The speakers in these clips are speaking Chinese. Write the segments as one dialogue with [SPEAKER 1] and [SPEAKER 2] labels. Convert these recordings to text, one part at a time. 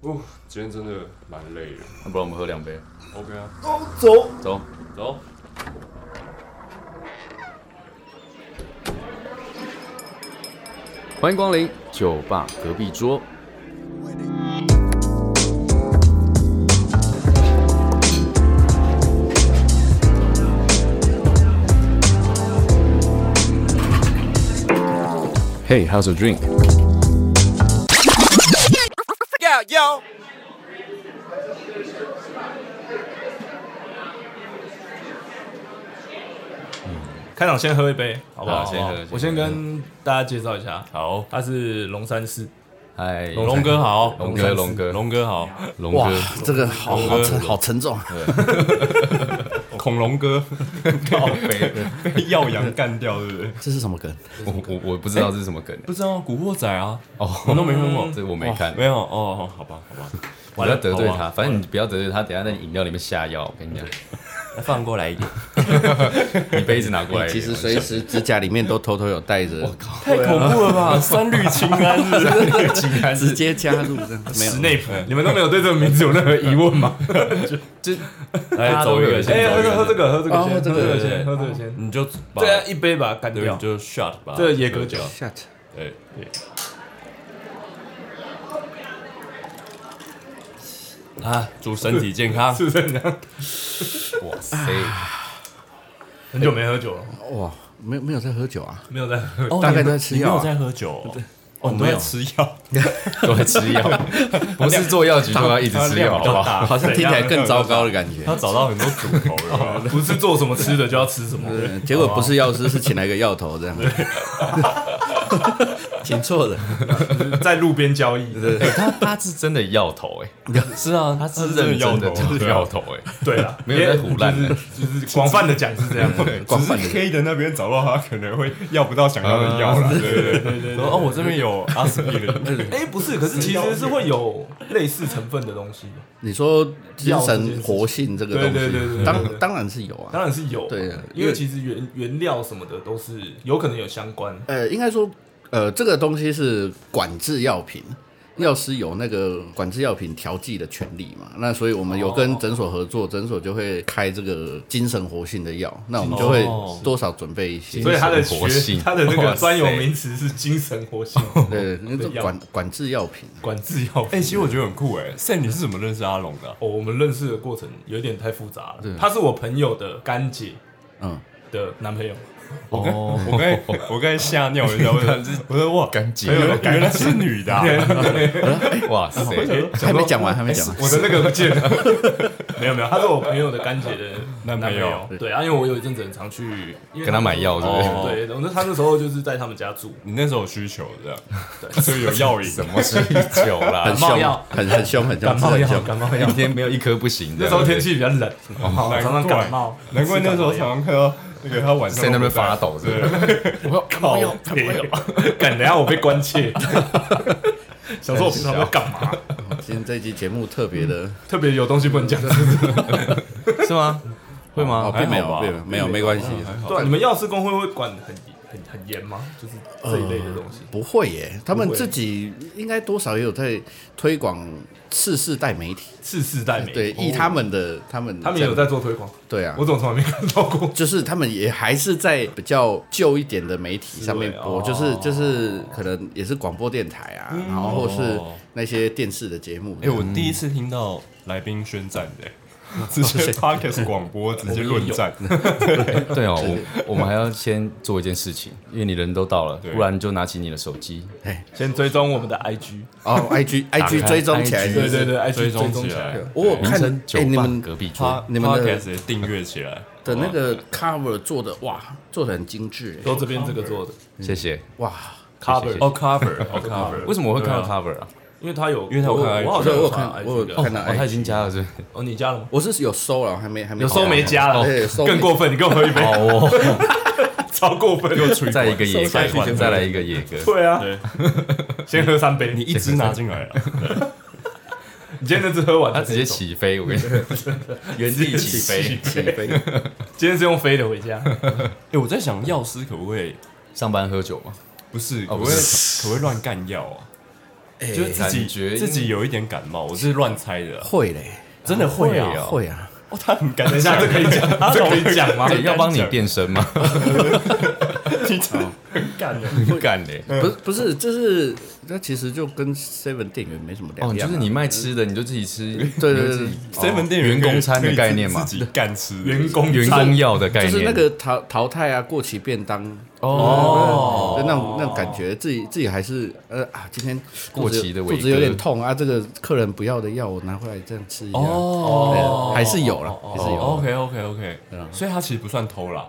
[SPEAKER 1] 哦，今天真的蛮累的。
[SPEAKER 2] 那不然我们喝两杯，
[SPEAKER 1] OK 啊，
[SPEAKER 2] 走。
[SPEAKER 1] 走。
[SPEAKER 2] 欢迎光临酒吧隔壁桌。Hey, how's your drink?
[SPEAKER 3] 开场先喝一杯，好不好？
[SPEAKER 2] 好先喝
[SPEAKER 3] 好不好
[SPEAKER 2] 先喝
[SPEAKER 3] 我先跟大家介绍一下，
[SPEAKER 1] 好，
[SPEAKER 3] 他是龙山寺
[SPEAKER 2] 嗨，
[SPEAKER 3] 龙哥好，
[SPEAKER 2] 龙哥，龙
[SPEAKER 3] 龙
[SPEAKER 2] 哥，
[SPEAKER 1] 龙哥好，
[SPEAKER 2] 龙
[SPEAKER 4] 哇
[SPEAKER 2] 哥，，
[SPEAKER 4] 这个好好沉，好沉重。
[SPEAKER 1] 恐龙哥， 靠北被耀阳干掉，对不对？
[SPEAKER 4] 这是什么梗？
[SPEAKER 2] 我我我不知道这是什么梗
[SPEAKER 1] 不知道，古惑仔啊，
[SPEAKER 2] 哦，
[SPEAKER 1] 我都没看过，
[SPEAKER 2] 这我没看
[SPEAKER 1] 没，有哦，好吧，好吧，
[SPEAKER 2] 不要得罪
[SPEAKER 1] 好
[SPEAKER 2] 他，
[SPEAKER 1] 吧
[SPEAKER 2] 反正你不要得罪他，等一下在饮料里面下药，我跟你讲，
[SPEAKER 1] 放过来一点，
[SPEAKER 2] 你杯子拿过来一
[SPEAKER 4] 其
[SPEAKER 2] 点。
[SPEAKER 4] 实随时指甲里面都偷偷有带着，
[SPEAKER 1] 太恐怖了吧？三氯氰胺是不是？
[SPEAKER 4] 直接加入这样没有
[SPEAKER 3] 史内普，你们都没有对这个名字有任何疑问 吗？
[SPEAKER 1] 来
[SPEAKER 2] 大家都
[SPEAKER 1] 走一
[SPEAKER 2] 有
[SPEAKER 1] 个，
[SPEAKER 2] 先
[SPEAKER 1] 先
[SPEAKER 3] 哎，
[SPEAKER 1] 走
[SPEAKER 3] 喝
[SPEAKER 1] 一
[SPEAKER 3] 这
[SPEAKER 1] 个，
[SPEAKER 3] 喝这个，喝这个
[SPEAKER 4] 哦
[SPEAKER 3] 先，
[SPEAKER 4] 喝
[SPEAKER 3] 喝
[SPEAKER 4] 这
[SPEAKER 3] 这
[SPEAKER 4] 个
[SPEAKER 3] 个先，喝这个先，
[SPEAKER 1] 你就把
[SPEAKER 3] 对啊，一杯吧，干
[SPEAKER 1] 对，
[SPEAKER 3] 掉
[SPEAKER 1] 你。就 shot 吧，
[SPEAKER 3] 啊
[SPEAKER 2] 啊
[SPEAKER 3] 这个野格酒，
[SPEAKER 4] shut。
[SPEAKER 1] 对对。啊，祝身体健康。
[SPEAKER 3] 是不是这样？
[SPEAKER 2] 哇塞，
[SPEAKER 3] 很久没喝酒了，
[SPEAKER 4] 哇，没有没有在喝酒啊？
[SPEAKER 3] 没有在喝。
[SPEAKER 1] 哦
[SPEAKER 4] 大概
[SPEAKER 1] 你
[SPEAKER 4] 都在
[SPEAKER 1] 们
[SPEAKER 4] 吃
[SPEAKER 1] 你没
[SPEAKER 4] 药
[SPEAKER 1] 有
[SPEAKER 4] 啊
[SPEAKER 1] 在喝酒哦，哦，你
[SPEAKER 4] 没
[SPEAKER 1] 都在
[SPEAKER 4] 有
[SPEAKER 1] 吃药，
[SPEAKER 2] 都在 吃药， 不是做药局就要一直吃药，好不好？
[SPEAKER 4] 好像听起来更糟糕的感觉。
[SPEAKER 1] 他找到很多主头了。
[SPEAKER 3] 不是做什么吃的就要吃什么，
[SPEAKER 4] 对呃结果不是药师，是请来一个药头这样，请错人。
[SPEAKER 3] 在路边交易。
[SPEAKER 2] 欸他他是真的药头哎，
[SPEAKER 1] 是啊，他
[SPEAKER 2] 是
[SPEAKER 1] 是
[SPEAKER 2] 认真的，
[SPEAKER 1] 真
[SPEAKER 2] 就
[SPEAKER 1] 的
[SPEAKER 2] 是
[SPEAKER 1] 药
[SPEAKER 2] 药
[SPEAKER 1] 头。啊
[SPEAKER 2] 头哎，
[SPEAKER 3] 对啦，
[SPEAKER 2] 没有在胡乱的
[SPEAKER 3] 因为就是就是广泛的讲是这样。对
[SPEAKER 4] 广泛的
[SPEAKER 1] 黑的那边找到他，可能会要不到想要的药了。对对对对。说哦，我这边有阿司匹林。
[SPEAKER 3] 啊 哎，不是，可是其实是会有类似成分的东西的，
[SPEAKER 4] 你说精神活性这个东西，
[SPEAKER 3] 对对对对对
[SPEAKER 4] 当当然是有啊。
[SPEAKER 3] 当然是有，
[SPEAKER 4] 对啊
[SPEAKER 3] 因为其实原原料什么的都是有可能有相关，
[SPEAKER 4] 呃，应该说，呃，这个东西是管制药品，药师有那个管制药品调剂的权利嘛。那所以我们有跟诊所合作，诊所就会开这个精神活性的药，那我们就会
[SPEAKER 1] 哦
[SPEAKER 4] 多少准备一些。
[SPEAKER 3] 所以它的
[SPEAKER 2] 精神活
[SPEAKER 3] 学
[SPEAKER 2] 性
[SPEAKER 3] 它的那
[SPEAKER 2] 哇
[SPEAKER 3] 个
[SPEAKER 2] 塞
[SPEAKER 3] 专有名词是精神活性
[SPEAKER 4] 对，那种
[SPEAKER 3] 药
[SPEAKER 4] 管管制药品，
[SPEAKER 3] 管制药
[SPEAKER 1] 哎，
[SPEAKER 3] 品。
[SPEAKER 1] 其实我觉得很酷哎。Sam，你是怎么认识阿龙的啊？
[SPEAKER 3] 哦，我们认识的过程有点太复杂了。他是我朋友的干姐
[SPEAKER 4] 嗯，
[SPEAKER 3] 的男朋友，
[SPEAKER 2] 哦，
[SPEAKER 1] 我刚 才我刚才吓尿，你知道吗？ 我说哇，
[SPEAKER 2] 干净
[SPEAKER 1] 原，来原来是女的啊。 哎
[SPEAKER 2] 哇塞，哎
[SPEAKER 4] 还没讲完，还没讲完。
[SPEAKER 3] 我的那个不见了。 没有没有，他是我朋友的干姐的男朋
[SPEAKER 1] 男
[SPEAKER 3] 友。对啊，因为我有一阵子很常去因为
[SPEAKER 2] 跟他买药是不是？
[SPEAKER 1] 哦
[SPEAKER 3] 对，然后他那时候就是在他们家住，
[SPEAKER 1] 你那时候有需求这样，所以有药引。
[SPEAKER 2] 什么需求啦
[SPEAKER 4] 很？
[SPEAKER 3] 冒
[SPEAKER 4] 凶
[SPEAKER 3] 药，
[SPEAKER 4] 很很凶，很凶，
[SPEAKER 3] 感
[SPEAKER 4] 是
[SPEAKER 3] 冒
[SPEAKER 4] 很
[SPEAKER 3] 药，
[SPEAKER 4] 凶。
[SPEAKER 3] 感冒药
[SPEAKER 2] 一。天没有一颗不行的。
[SPEAKER 3] 那时候天气比较冷，好 常常感冒，
[SPEAKER 1] 难怪那时候常常看到那个他晚上
[SPEAKER 2] 在那边
[SPEAKER 1] 都不在
[SPEAKER 2] 发抖，是不是？
[SPEAKER 3] 靠 药，敢等一下我被关切，想说我平常在干嘛？
[SPEAKER 4] 今天这期节目特别的，
[SPEAKER 3] 特别有东西不能讲，
[SPEAKER 2] 是吗？会吗
[SPEAKER 4] 哦，？并没
[SPEAKER 2] 还
[SPEAKER 4] 有，
[SPEAKER 2] 好吧
[SPEAKER 4] 并没有，没有，没关系，
[SPEAKER 3] 对啊，你们药师工会会管很很很严吗？就是这一类的东西。
[SPEAKER 4] 呃不会耶，他们
[SPEAKER 3] 不会
[SPEAKER 4] 自己应该多少也有在推广次世代媒体，
[SPEAKER 3] 次世代媒体
[SPEAKER 4] 对，以他们的他们
[SPEAKER 3] 他们也有在做推广，
[SPEAKER 4] 对啊
[SPEAKER 3] 我，怎么从来没看到过？
[SPEAKER 4] 就是他们也还是在比较旧一点的媒体上面播，
[SPEAKER 3] 思
[SPEAKER 4] 就
[SPEAKER 3] 维
[SPEAKER 4] 是
[SPEAKER 3] 哦嗯
[SPEAKER 4] 就是可能也是广播电台啊，然后或是
[SPEAKER 3] 哦
[SPEAKER 4] 那些电视的节目。
[SPEAKER 1] 哎、我第一次听到来宾宣战 的、欸，直接 podcast 广播直接论战，
[SPEAKER 2] 对哦，我我们还要先做一件事情，因为你人都到了，
[SPEAKER 1] 对
[SPEAKER 2] 不然就拿起你的手机，
[SPEAKER 3] 先追踪我们的 IG，
[SPEAKER 4] 哦，I G I
[SPEAKER 2] 打开
[SPEAKER 4] G 追踪起来，
[SPEAKER 2] IG
[SPEAKER 4] 就
[SPEAKER 3] 对
[SPEAKER 4] 是
[SPEAKER 3] 对对，IG
[SPEAKER 1] 追
[SPEAKER 3] 追
[SPEAKER 1] 踪
[SPEAKER 3] 踪
[SPEAKER 1] 起
[SPEAKER 3] 起
[SPEAKER 1] 来
[SPEAKER 3] 来。
[SPEAKER 4] 我有
[SPEAKER 2] 名
[SPEAKER 4] 看
[SPEAKER 2] 称
[SPEAKER 4] 哎，
[SPEAKER 2] 酒
[SPEAKER 4] 你
[SPEAKER 2] 吧
[SPEAKER 4] 们
[SPEAKER 2] 隔壁桌
[SPEAKER 1] 他，
[SPEAKER 4] 你们的
[SPEAKER 1] podcast 也订阅起来
[SPEAKER 4] 的那个
[SPEAKER 3] 哦
[SPEAKER 4] cover 做的哇，做的很精致耶，
[SPEAKER 3] 都这边这个做的
[SPEAKER 2] 谢谢。
[SPEAKER 4] 哇，
[SPEAKER 2] 谢谢
[SPEAKER 3] cover，
[SPEAKER 1] 哦 cover 哦 cover，
[SPEAKER 2] 为什么我会看到
[SPEAKER 3] 对啊
[SPEAKER 2] cover 啊？
[SPEAKER 3] 因为他有，
[SPEAKER 1] 因为他有
[SPEAKER 3] 我
[SPEAKER 1] 看 IG
[SPEAKER 3] 我好
[SPEAKER 4] 我
[SPEAKER 3] 像
[SPEAKER 4] 有
[SPEAKER 3] 看
[SPEAKER 4] 看，我
[SPEAKER 3] IG
[SPEAKER 4] 有
[SPEAKER 3] 的，
[SPEAKER 4] 看到
[SPEAKER 2] 哦，他已
[SPEAKER 4] I，
[SPEAKER 2] 经加了是不是？
[SPEAKER 3] 哦，你加了吗？
[SPEAKER 4] 我是有收了，还没还没
[SPEAKER 3] 有
[SPEAKER 4] 啊
[SPEAKER 3] 时候没加了，
[SPEAKER 4] 对收没
[SPEAKER 3] 更过分，你跟我喝一杯，
[SPEAKER 2] 哦，
[SPEAKER 3] 超过分，又吹
[SPEAKER 2] 再一个野
[SPEAKER 4] 下去
[SPEAKER 2] 哥，
[SPEAKER 4] 就
[SPEAKER 2] 再来一个野哥，
[SPEAKER 3] 对啊，
[SPEAKER 1] 对，
[SPEAKER 3] 先喝三杯，
[SPEAKER 1] 你
[SPEAKER 3] 你
[SPEAKER 1] 一直拿进来啊 了，
[SPEAKER 3] 你今天这支喝完，
[SPEAKER 2] 他直接，起飞，我跟你讲，原地起 飞。
[SPEAKER 4] 起飞。
[SPEAKER 3] 今天是用飞的回家，
[SPEAKER 1] 哎、我在想药师可不可以，
[SPEAKER 2] 上班喝酒嘛？
[SPEAKER 1] 不是，可
[SPEAKER 2] 哦
[SPEAKER 1] 不
[SPEAKER 2] 不
[SPEAKER 1] 可以、
[SPEAKER 2] 是
[SPEAKER 1] 可不可以乱干药啊？
[SPEAKER 4] 哎、
[SPEAKER 1] 就是自己
[SPEAKER 2] 感觉
[SPEAKER 1] 自己有一点感冒，我是乱猜的啊，
[SPEAKER 4] 会 嘞，
[SPEAKER 1] 真的会啊，
[SPEAKER 4] 会啊，
[SPEAKER 1] 哦，他很敢
[SPEAKER 3] 等一下，这可 以讲，这可以啊讲吗？
[SPEAKER 2] 对要帮你变身吗？
[SPEAKER 1] 干的，
[SPEAKER 2] 很敢嘞！
[SPEAKER 4] 不是不是，这是那其实就跟 Seven 店员没什么两
[SPEAKER 2] 哦，
[SPEAKER 4] 样啊，
[SPEAKER 2] 就是你卖吃的，你就自己吃，
[SPEAKER 4] 对
[SPEAKER 2] 你就
[SPEAKER 4] 对
[SPEAKER 2] 自
[SPEAKER 4] 对
[SPEAKER 2] 己。
[SPEAKER 1] seven 店哦
[SPEAKER 2] 员
[SPEAKER 1] 员
[SPEAKER 2] 工餐的概念嘛
[SPEAKER 1] 嘛，自己干吃的
[SPEAKER 3] 员工
[SPEAKER 2] 员工要的概
[SPEAKER 4] 就
[SPEAKER 2] 念，
[SPEAKER 4] 是那个淘淘汰啊，过期便当
[SPEAKER 1] 哦
[SPEAKER 4] 就那种那种感觉，自己自己还是呃啊，今天肚
[SPEAKER 2] 过
[SPEAKER 4] 子
[SPEAKER 2] 期的
[SPEAKER 4] 肚
[SPEAKER 2] 伟
[SPEAKER 4] 子有
[SPEAKER 2] 哥
[SPEAKER 4] 点痛啊，这个客人不要的药我拿回来这样吃一下，
[SPEAKER 1] 哦
[SPEAKER 4] 对还是有啦还是有
[SPEAKER 2] 哦
[SPEAKER 1] OK OK OK，所以他其实不算偷啦，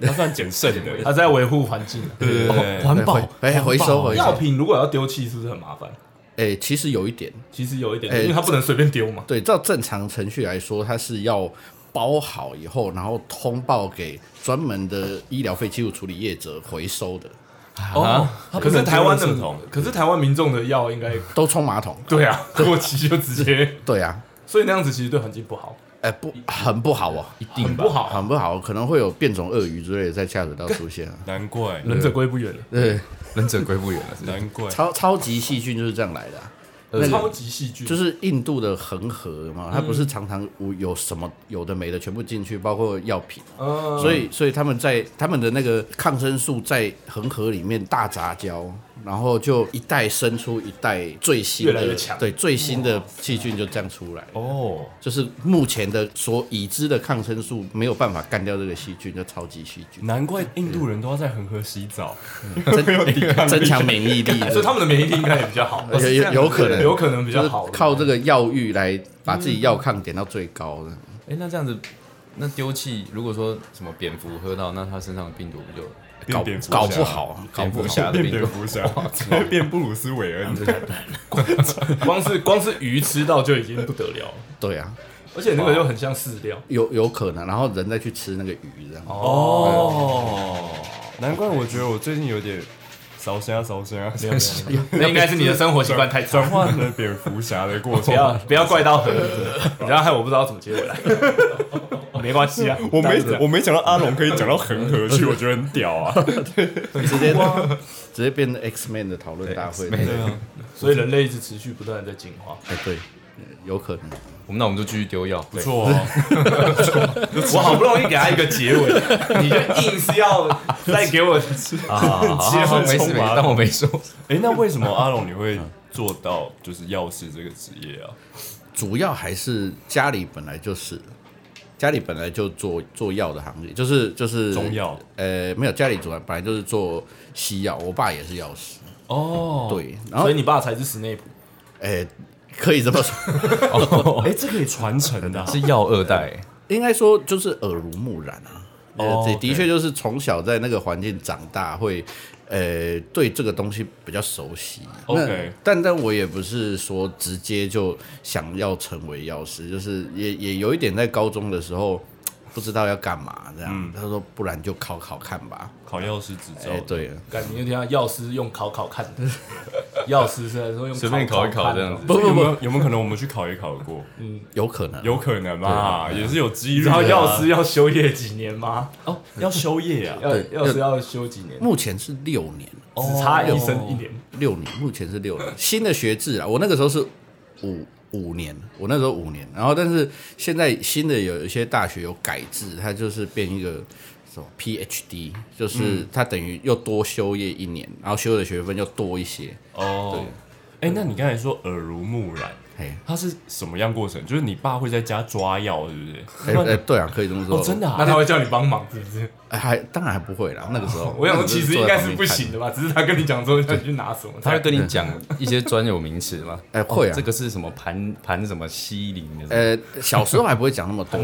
[SPEAKER 1] 他算谨慎的。
[SPEAKER 3] 他在维护环境。啊
[SPEAKER 1] 对对对对，
[SPEAKER 2] 环保
[SPEAKER 4] 回哎回收回
[SPEAKER 3] 药
[SPEAKER 4] 收，
[SPEAKER 3] 品如果要丢弃，是不是很麻烦？
[SPEAKER 4] 哎，其实有一点，
[SPEAKER 3] 其实有一点，
[SPEAKER 4] 哎
[SPEAKER 3] 因为它不能随便丢嘛。
[SPEAKER 4] 对，照正常程序来说，它是要包好以后，然后通报给专门的医疗废弃物处理业者回收的，
[SPEAKER 3] 啊
[SPEAKER 1] 哦，他
[SPEAKER 3] 可
[SPEAKER 1] 不
[SPEAKER 3] 是台湾的
[SPEAKER 1] 丢垃圾桶，
[SPEAKER 3] 可是台湾民众的药应该
[SPEAKER 4] 都冲马桶。
[SPEAKER 3] 对啊，过期就直接，
[SPEAKER 4] 对啊，
[SPEAKER 3] 所以那样子其实对环境不好，
[SPEAKER 4] 哎不很不好哦，
[SPEAKER 2] 一
[SPEAKER 3] 很
[SPEAKER 2] 定吧
[SPEAKER 3] 不？好，
[SPEAKER 4] 很不好，可能会有变种鳄鱼之类的在下水道出现啊。
[SPEAKER 1] 难怪
[SPEAKER 3] 忍者龟不远了。
[SPEAKER 4] 对，
[SPEAKER 2] 忍者龟不远了，是不是
[SPEAKER 1] 难怪，
[SPEAKER 4] 超超级细菌就是这样来的啊、
[SPEAKER 2] 呃
[SPEAKER 3] 超级细菌，
[SPEAKER 4] 就是印度的恒河嘛，它不是常常无有什么有的没的全部进去，包括药品，
[SPEAKER 3] 嗯
[SPEAKER 4] 所以所以他们在他们的那个抗生素在恒河里面大杂交，然后就一代生出一代最新的，
[SPEAKER 3] 越来越强
[SPEAKER 4] 对最新的细菌就这样出来。
[SPEAKER 1] 哦，
[SPEAKER 4] 就是目前的所已知的抗生素没有办法干掉这个细菌，叫超级细 菌，
[SPEAKER 1] 难怪印度人都要在恒河洗澡，
[SPEAKER 4] 增增强免疫 力。
[SPEAKER 3] 所以他们的免疫力应该也比较 好，
[SPEAKER 4] 有有有可能
[SPEAKER 3] 有可能比
[SPEAKER 4] 就
[SPEAKER 3] 较
[SPEAKER 4] 是
[SPEAKER 3] 好，
[SPEAKER 4] 靠这个药浴来把自己药抗点到最高
[SPEAKER 3] 嗯
[SPEAKER 4] 的。
[SPEAKER 2] 哎，那这样子，那丢弃如果说什么蝙蝠喝到，那它身上的病毒不就
[SPEAKER 1] 变蝙蝠侠
[SPEAKER 4] 搞不好，搞
[SPEAKER 2] 蝙
[SPEAKER 4] 不
[SPEAKER 2] 蝠
[SPEAKER 4] 好。
[SPEAKER 2] 侠的
[SPEAKER 1] 变
[SPEAKER 2] 病
[SPEAKER 1] 蝙
[SPEAKER 2] 毒？
[SPEAKER 1] 蝠侠，变布鲁斯韦恩，
[SPEAKER 3] 光是光是鱼吃到就已经不得了了，
[SPEAKER 4] 对啊，
[SPEAKER 3] 而且那个又很像饲料
[SPEAKER 4] 有有可能，然后人再去吃那个鱼，这样。
[SPEAKER 1] 哦，难怪我觉得我最近有点烧香烧 香，
[SPEAKER 3] 那应该是你的生活习惯太差
[SPEAKER 1] 转，换了蝙蝠侠的过
[SPEAKER 3] 不
[SPEAKER 1] 程。
[SPEAKER 3] 要不要怪到很，你知道害我不知道怎么接回来， 没关系啊，
[SPEAKER 1] 我没
[SPEAKER 3] 大家都这样
[SPEAKER 1] 我没想到阿龙可以讲到恒河去，我觉得很屌 啊！
[SPEAKER 4] 直接 直接变成 X Man 的讨论大会。
[SPEAKER 2] 对
[SPEAKER 1] 对啊，
[SPEAKER 3] 所以人类一直持续不断的在进 化。
[SPEAKER 4] 哎，对，有可能。
[SPEAKER 2] 我们那我们就继续丢药，
[SPEAKER 1] 不
[SPEAKER 2] 对
[SPEAKER 1] 错哦，
[SPEAKER 3] 我好不容易给他一个结尾， 你就硬是要 再给我吃
[SPEAKER 2] 好好好好，没事没事，当我没说。
[SPEAKER 1] 哎，那为什么阿龙你会做到就是药师这个职业啊？
[SPEAKER 4] 主要还是家里本来就是，家里本来就做做药的行业，就是就是
[SPEAKER 1] 中药。
[SPEAKER 4] 呃，没有，家里主要本来就是做西药，我爸也是药师。
[SPEAKER 1] 哦，
[SPEAKER 4] 对，然后
[SPEAKER 3] 所以你爸才是史内普，
[SPEAKER 4] 哎，可以这么说，
[SPEAKER 1] 哎，这可以传承 的 啊，
[SPEAKER 2] 是药二代，
[SPEAKER 4] 应该说就是耳濡目染啊。
[SPEAKER 1] 哦
[SPEAKER 4] 呃，这的
[SPEAKER 1] OK
[SPEAKER 4] 确就是从小在那个环境长大，会呃对这个东西比较熟悉。
[SPEAKER 1] OK
[SPEAKER 4] 那但但我也不是说直接就想要成为药师，就是也也有一点在高中的时候不知道要干嘛这样。
[SPEAKER 1] 嗯
[SPEAKER 4] 他说不然就考考看吧。
[SPEAKER 1] 考药师执照
[SPEAKER 4] 哎、。对，
[SPEAKER 3] 感觉就听到药师用考考看 的，药师是在说用
[SPEAKER 2] 随便考一考
[SPEAKER 3] 看的
[SPEAKER 2] 这样子
[SPEAKER 1] 不不不，有没有可能我们去考也考过？
[SPEAKER 4] 有可能。
[SPEAKER 1] 有可能嘛，也是有几率的
[SPEAKER 3] 然
[SPEAKER 1] 啊。
[SPEAKER 3] 后药师要修业几年吗？
[SPEAKER 1] 哦，要休业啊，
[SPEAKER 3] 要
[SPEAKER 4] 对
[SPEAKER 3] 药师要修几年？
[SPEAKER 4] 目前是六年，
[SPEAKER 3] 只差一生一年，
[SPEAKER 4] 六年，目前是六年。新的学制啊，我那个时候是五五年，我那时候五年，然后但是现在新的有一些大学有改制，它就是变一个什么 PhD，就是
[SPEAKER 3] 嗯
[SPEAKER 4] 它等于又多修业一年，然后修的学分又多一些。
[SPEAKER 1] 哦，哎，那你刚才说耳濡目染，
[SPEAKER 4] 嘿，
[SPEAKER 1] 它是什么样过程？就是你爸会在家抓药，对不对？
[SPEAKER 4] 哎、哎对啊，可以这么说。
[SPEAKER 1] 哦，真的
[SPEAKER 3] 那
[SPEAKER 1] 啊，
[SPEAKER 3] 他会叫你帮忙是不是？
[SPEAKER 4] 哎还当然还不会啦，那个时 候。
[SPEAKER 3] 我想说
[SPEAKER 4] 那个时
[SPEAKER 3] 其
[SPEAKER 4] 候
[SPEAKER 3] 实应该是不行的
[SPEAKER 4] 坐在旁边看。
[SPEAKER 3] 吧，只是他跟你讲说要你去拿什么，
[SPEAKER 2] 他会
[SPEAKER 3] 才
[SPEAKER 2] 跟你讲一些专有名词吗？
[SPEAKER 4] 哎会啊
[SPEAKER 2] 哦这个是什么盘盘什么西林的？
[SPEAKER 4] 呃，小时候还不会讲那么 多，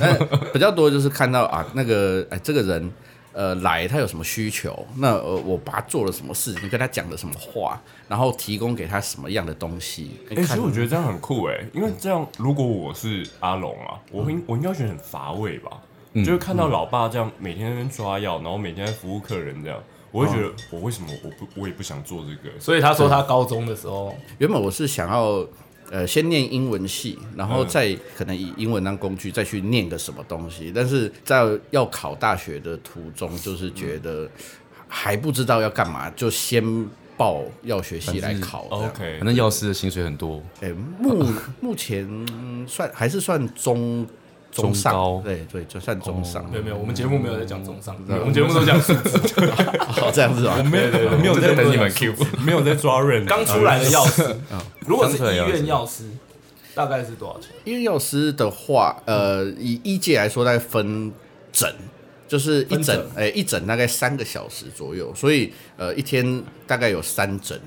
[SPEAKER 4] 但比较多就是看到啊，那个哎，这个人呃来他有什么需求，那呃我把他做了什么事情，跟他讲了什么话，然后提供给他什么样的东西。
[SPEAKER 1] 哎、其实我觉得这样很酷哎、因为这样如果我是阿龙啊，我会、我应该觉得很乏味吧，就是看到老爸这样每天在那边抓药，然后每天在服务客人这样，我会觉得我为什么我不我也不想做这个，
[SPEAKER 3] 所以他说他高中的时候，
[SPEAKER 4] 原本我是想要呃先念英文系，然后再可能以英文当工具再去念个什么东西，但是在要考大学的途中，就是觉得还不知道要干嘛，就先报药学系来考这样。
[SPEAKER 1] 哦 OK，
[SPEAKER 2] 反正药师的薪水很多，
[SPEAKER 4] 哎、目目前算还是算中中上，
[SPEAKER 2] 中高
[SPEAKER 4] 对对，就算中上。
[SPEAKER 3] 没有没有，我们节目没有在讲中上，我们节目都讲数字，
[SPEAKER 4] 哦，这样子
[SPEAKER 3] 我
[SPEAKER 4] 啊，
[SPEAKER 3] 没有没有
[SPEAKER 2] 我
[SPEAKER 3] 在
[SPEAKER 2] 在等你们 Q。
[SPEAKER 1] 没有在抓人，啊
[SPEAKER 3] 刚出来的药师，如果是
[SPEAKER 2] 刚出来
[SPEAKER 3] 医
[SPEAKER 2] 的药师
[SPEAKER 3] 院药师，大概是多少钱？
[SPEAKER 4] 因为药师的话，呃，以医界来说，大概分诊，就是一
[SPEAKER 3] 分诊
[SPEAKER 4] 诊，哎、一诊大概三个小时左右，所以呃，一天大概有三诊。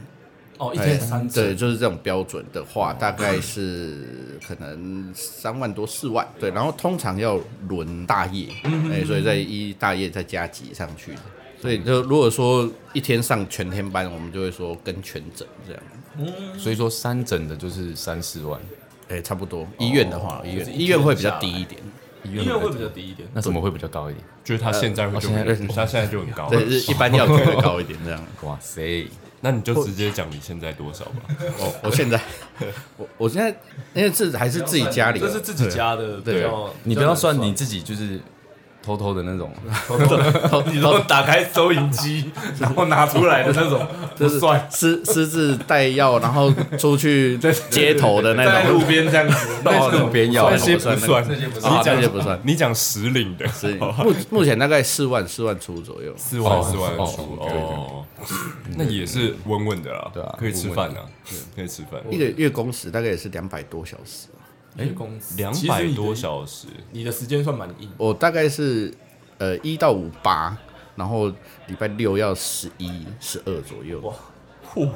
[SPEAKER 3] 哦，一
[SPEAKER 4] 哎
[SPEAKER 3] 天三
[SPEAKER 4] 对，
[SPEAKER 3] 次，
[SPEAKER 4] 就是这种标准的话，大概是可能三万多四万，对，然后通常要轮大夜，
[SPEAKER 3] 嗯
[SPEAKER 4] 哎，所以在一大夜再加级上去的，所以就如果说一天上全天班，我们就会说跟全诊这样，
[SPEAKER 2] 所以说三整的就是三四万，
[SPEAKER 4] 哎，差不多。医院的话，医
[SPEAKER 3] 哦就是
[SPEAKER 4] 院
[SPEAKER 3] 一
[SPEAKER 4] 医院会比
[SPEAKER 3] 下
[SPEAKER 4] 较
[SPEAKER 3] 来
[SPEAKER 4] 低一点，
[SPEAKER 2] 医
[SPEAKER 3] 医院会比较低一点。
[SPEAKER 2] 那怎么会比较高一点？
[SPEAKER 1] 就是他现在会就
[SPEAKER 2] 呃我现在
[SPEAKER 1] 他现在就很高。
[SPEAKER 4] 对，
[SPEAKER 3] 哦
[SPEAKER 4] 是一般要求会高一点这样。
[SPEAKER 2] 哇塞，
[SPEAKER 1] 那你就直接讲你现在多少吧。
[SPEAKER 4] 我哦我现在，我我现在因为这还是自己家里的，
[SPEAKER 3] 这是自己家的，哦
[SPEAKER 4] 对
[SPEAKER 3] 比较
[SPEAKER 2] 你不要算你，自己就是偷偷的那种，
[SPEAKER 3] 你说打开收银机， 然后拿出来的那种，不
[SPEAKER 4] 就是
[SPEAKER 3] 算。
[SPEAKER 4] 私私自带药，然后出 去街头的那
[SPEAKER 3] 在
[SPEAKER 4] 种
[SPEAKER 3] 路。边这样子，
[SPEAKER 2] 到路边要
[SPEAKER 4] 那
[SPEAKER 1] 那
[SPEAKER 4] 些
[SPEAKER 1] 些
[SPEAKER 4] 不
[SPEAKER 1] 不
[SPEAKER 4] 算
[SPEAKER 1] 算，
[SPEAKER 3] 那些不算
[SPEAKER 4] 啊，这
[SPEAKER 1] 你讲
[SPEAKER 4] 些不算。
[SPEAKER 1] 你讲实领的，
[SPEAKER 4] 是目目前大概四万四万出左右，
[SPEAKER 1] 四万
[SPEAKER 2] 哦
[SPEAKER 1] 四万
[SPEAKER 2] 哦
[SPEAKER 1] 出
[SPEAKER 2] 对对
[SPEAKER 1] 哦，那也是稳稳的啦，
[SPEAKER 2] 对啊
[SPEAKER 1] 可以吃
[SPEAKER 2] 稳稳
[SPEAKER 1] 饭啊，可以吃饭。
[SPEAKER 4] 一个月工时大概也是两百多小时。
[SPEAKER 3] 哎，公司
[SPEAKER 1] 两
[SPEAKER 3] 其实
[SPEAKER 1] 百
[SPEAKER 3] 你的
[SPEAKER 1] 多小时，
[SPEAKER 3] 你的时间算蛮硬，
[SPEAKER 4] 我大概是呃一到五八，然后礼拜六要十一十二左右
[SPEAKER 3] 哇。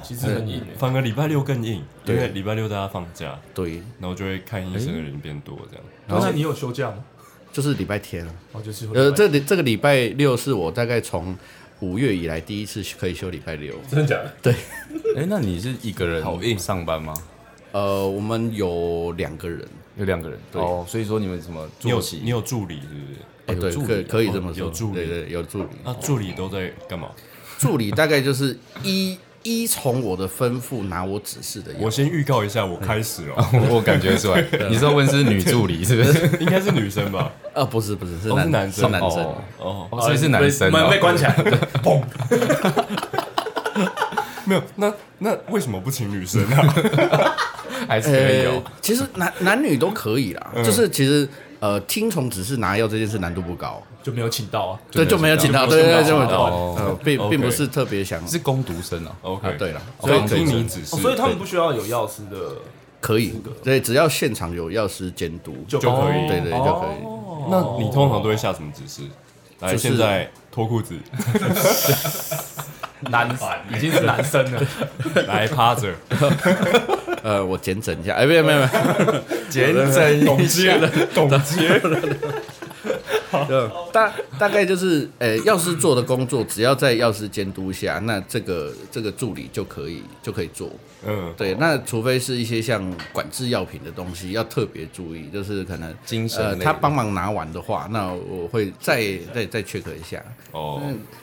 [SPEAKER 3] 其实很硬欸。
[SPEAKER 1] 反而礼拜六更硬，因
[SPEAKER 4] 对
[SPEAKER 1] 为礼拜六大家放假，
[SPEAKER 4] 对，
[SPEAKER 1] 然后就会看医生的人变多，这样。
[SPEAKER 4] 然后
[SPEAKER 3] 那你有休假吗？
[SPEAKER 4] 就是礼拜天。
[SPEAKER 3] 哦，就是
[SPEAKER 4] 呃，这里这个礼拜六是我大概从五月以来第一次可以休礼拜六。
[SPEAKER 3] 真的假的？
[SPEAKER 2] 哎，那你是一个
[SPEAKER 1] 好硬
[SPEAKER 2] 人上班吗？
[SPEAKER 4] 呃，我们有两个人，
[SPEAKER 2] 有两个人，
[SPEAKER 4] 对
[SPEAKER 2] 哦，所以说你们什么
[SPEAKER 1] 你有
[SPEAKER 2] 作息？
[SPEAKER 1] 你有助理是不是？
[SPEAKER 4] 哦，对，
[SPEAKER 2] 助
[SPEAKER 4] 可
[SPEAKER 2] 理
[SPEAKER 4] 可以这么
[SPEAKER 1] 哦
[SPEAKER 4] 说，
[SPEAKER 1] 有助理
[SPEAKER 4] 对对，有助理。
[SPEAKER 1] 那助理都在干嘛？
[SPEAKER 4] 助理大概就是 依依从我的吩咐拿我指示的
[SPEAKER 1] 我
[SPEAKER 4] 样子。
[SPEAKER 1] 先预告一下，我开始 了，
[SPEAKER 2] 我我感觉出来，你是要问是女助理是不是？
[SPEAKER 1] 应该是女生吧？
[SPEAKER 4] 呃，不是不是，是
[SPEAKER 1] 哦是
[SPEAKER 4] 男
[SPEAKER 1] 男
[SPEAKER 4] 是
[SPEAKER 1] 生
[SPEAKER 4] 男生
[SPEAKER 2] 哦。
[SPEAKER 1] 哦，
[SPEAKER 2] 哦，所以是男生
[SPEAKER 3] 门
[SPEAKER 2] 哦
[SPEAKER 3] 被关起来，砰！
[SPEAKER 1] 没有，那那为什么不请女生 啊？
[SPEAKER 2] 还是可以哦
[SPEAKER 4] 呃
[SPEAKER 2] 有，
[SPEAKER 4] 其实男男女都可以啦，就是其实呃，听从指示拿药这件事难度不高，
[SPEAKER 3] 就没有请到啊。
[SPEAKER 4] 对，就没有请到，
[SPEAKER 3] 就
[SPEAKER 4] 对
[SPEAKER 3] 没有
[SPEAKER 4] 对对，
[SPEAKER 3] 请到
[SPEAKER 4] 就没有请到
[SPEAKER 2] 哦
[SPEAKER 4] 呃，并
[SPEAKER 1] OK
[SPEAKER 4] 并不是特别想
[SPEAKER 2] 是攻读生哦。
[SPEAKER 4] 啊
[SPEAKER 1] OK，，
[SPEAKER 4] 对了，
[SPEAKER 1] 所以
[SPEAKER 2] 可以
[SPEAKER 1] 听你指示，
[SPEAKER 3] 哦所以他们不需要有药师 的
[SPEAKER 4] 可以，对，只要现场有药师监督
[SPEAKER 3] 就
[SPEAKER 1] 就可以
[SPEAKER 4] 对对就可以。
[SPEAKER 3] 以
[SPEAKER 1] 那你通常都会下什么指示？来，
[SPEAKER 4] 就是
[SPEAKER 1] 现在脱裤 子，
[SPEAKER 3] 男 已经是男生了，
[SPEAKER 1] 来 趴着，
[SPEAKER 4] 呃，我检整一下，哎，没有没有没有，
[SPEAKER 1] 简整董洁
[SPEAKER 2] 啊
[SPEAKER 1] 的董洁，
[SPEAKER 4] 对大大概就是，呃，药师做的工作，只要在药师监督下，那这个这个助理就可以就可以做。
[SPEAKER 1] 嗯，
[SPEAKER 4] 对，那除非是一些像管制药品的东西，要特别注意，就是可能
[SPEAKER 2] 精神
[SPEAKER 4] 呃，
[SPEAKER 2] 类的
[SPEAKER 4] 他帮忙拿完的话，那我会再再再 check 一下。
[SPEAKER 1] 哦，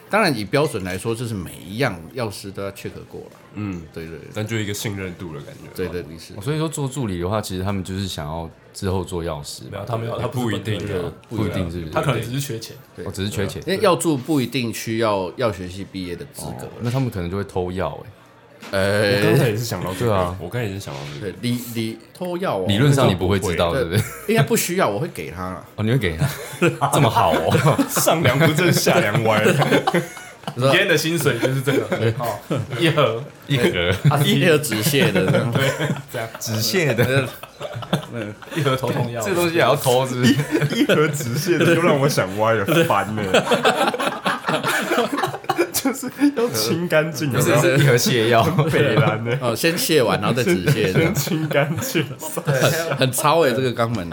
[SPEAKER 4] 当然，以标准来说，就是每一样药师都要 check 过了。
[SPEAKER 1] 嗯，
[SPEAKER 4] 对对对
[SPEAKER 1] 但就一个信任度的感觉，
[SPEAKER 4] 对，对，律师
[SPEAKER 2] 哦 所以说做助理的话，其实他们就是想要之后做药师
[SPEAKER 3] 没
[SPEAKER 2] 吧，
[SPEAKER 3] 有他没有，他
[SPEAKER 1] 不一定
[SPEAKER 3] 是本科的，
[SPEAKER 2] 不一定啊是不是？
[SPEAKER 3] 他可能只是缺钱。
[SPEAKER 2] 我只是缺钱，
[SPEAKER 4] 因为药助不一定需要药学系毕业的资格
[SPEAKER 2] 哦。那他们可能就会偷药哎。
[SPEAKER 1] 我刚
[SPEAKER 4] 呃，
[SPEAKER 1] 才也是想到这
[SPEAKER 2] 对
[SPEAKER 1] 个
[SPEAKER 2] 啊，
[SPEAKER 1] 我刚才也是想到这个，
[SPEAKER 4] 对，理理偷药哦，
[SPEAKER 2] 理论上你不会知道，对不对？
[SPEAKER 4] 应该不需要，我会给他啦。
[SPEAKER 2] 哦，你会给他 这么好哦？
[SPEAKER 1] 上梁不正下梁歪，
[SPEAKER 3] 你今天的薪水就是这个，好一盒
[SPEAKER 2] 一盒
[SPEAKER 4] 一盒止泻的，
[SPEAKER 3] 这样，
[SPEAKER 2] 止泻的，
[SPEAKER 3] 一盒头痛药。
[SPEAKER 2] 这东西也啊要偷是不 是？
[SPEAKER 1] 一盒直线的就让我想歪了，烦 了。就是要清干净，
[SPEAKER 2] 不是是一盒泻 药，
[SPEAKER 1] 北兰的，
[SPEAKER 4] 哦，先泻完，然后再止泻，这样
[SPEAKER 1] 清 干净。
[SPEAKER 4] 很超哎、这个肛门，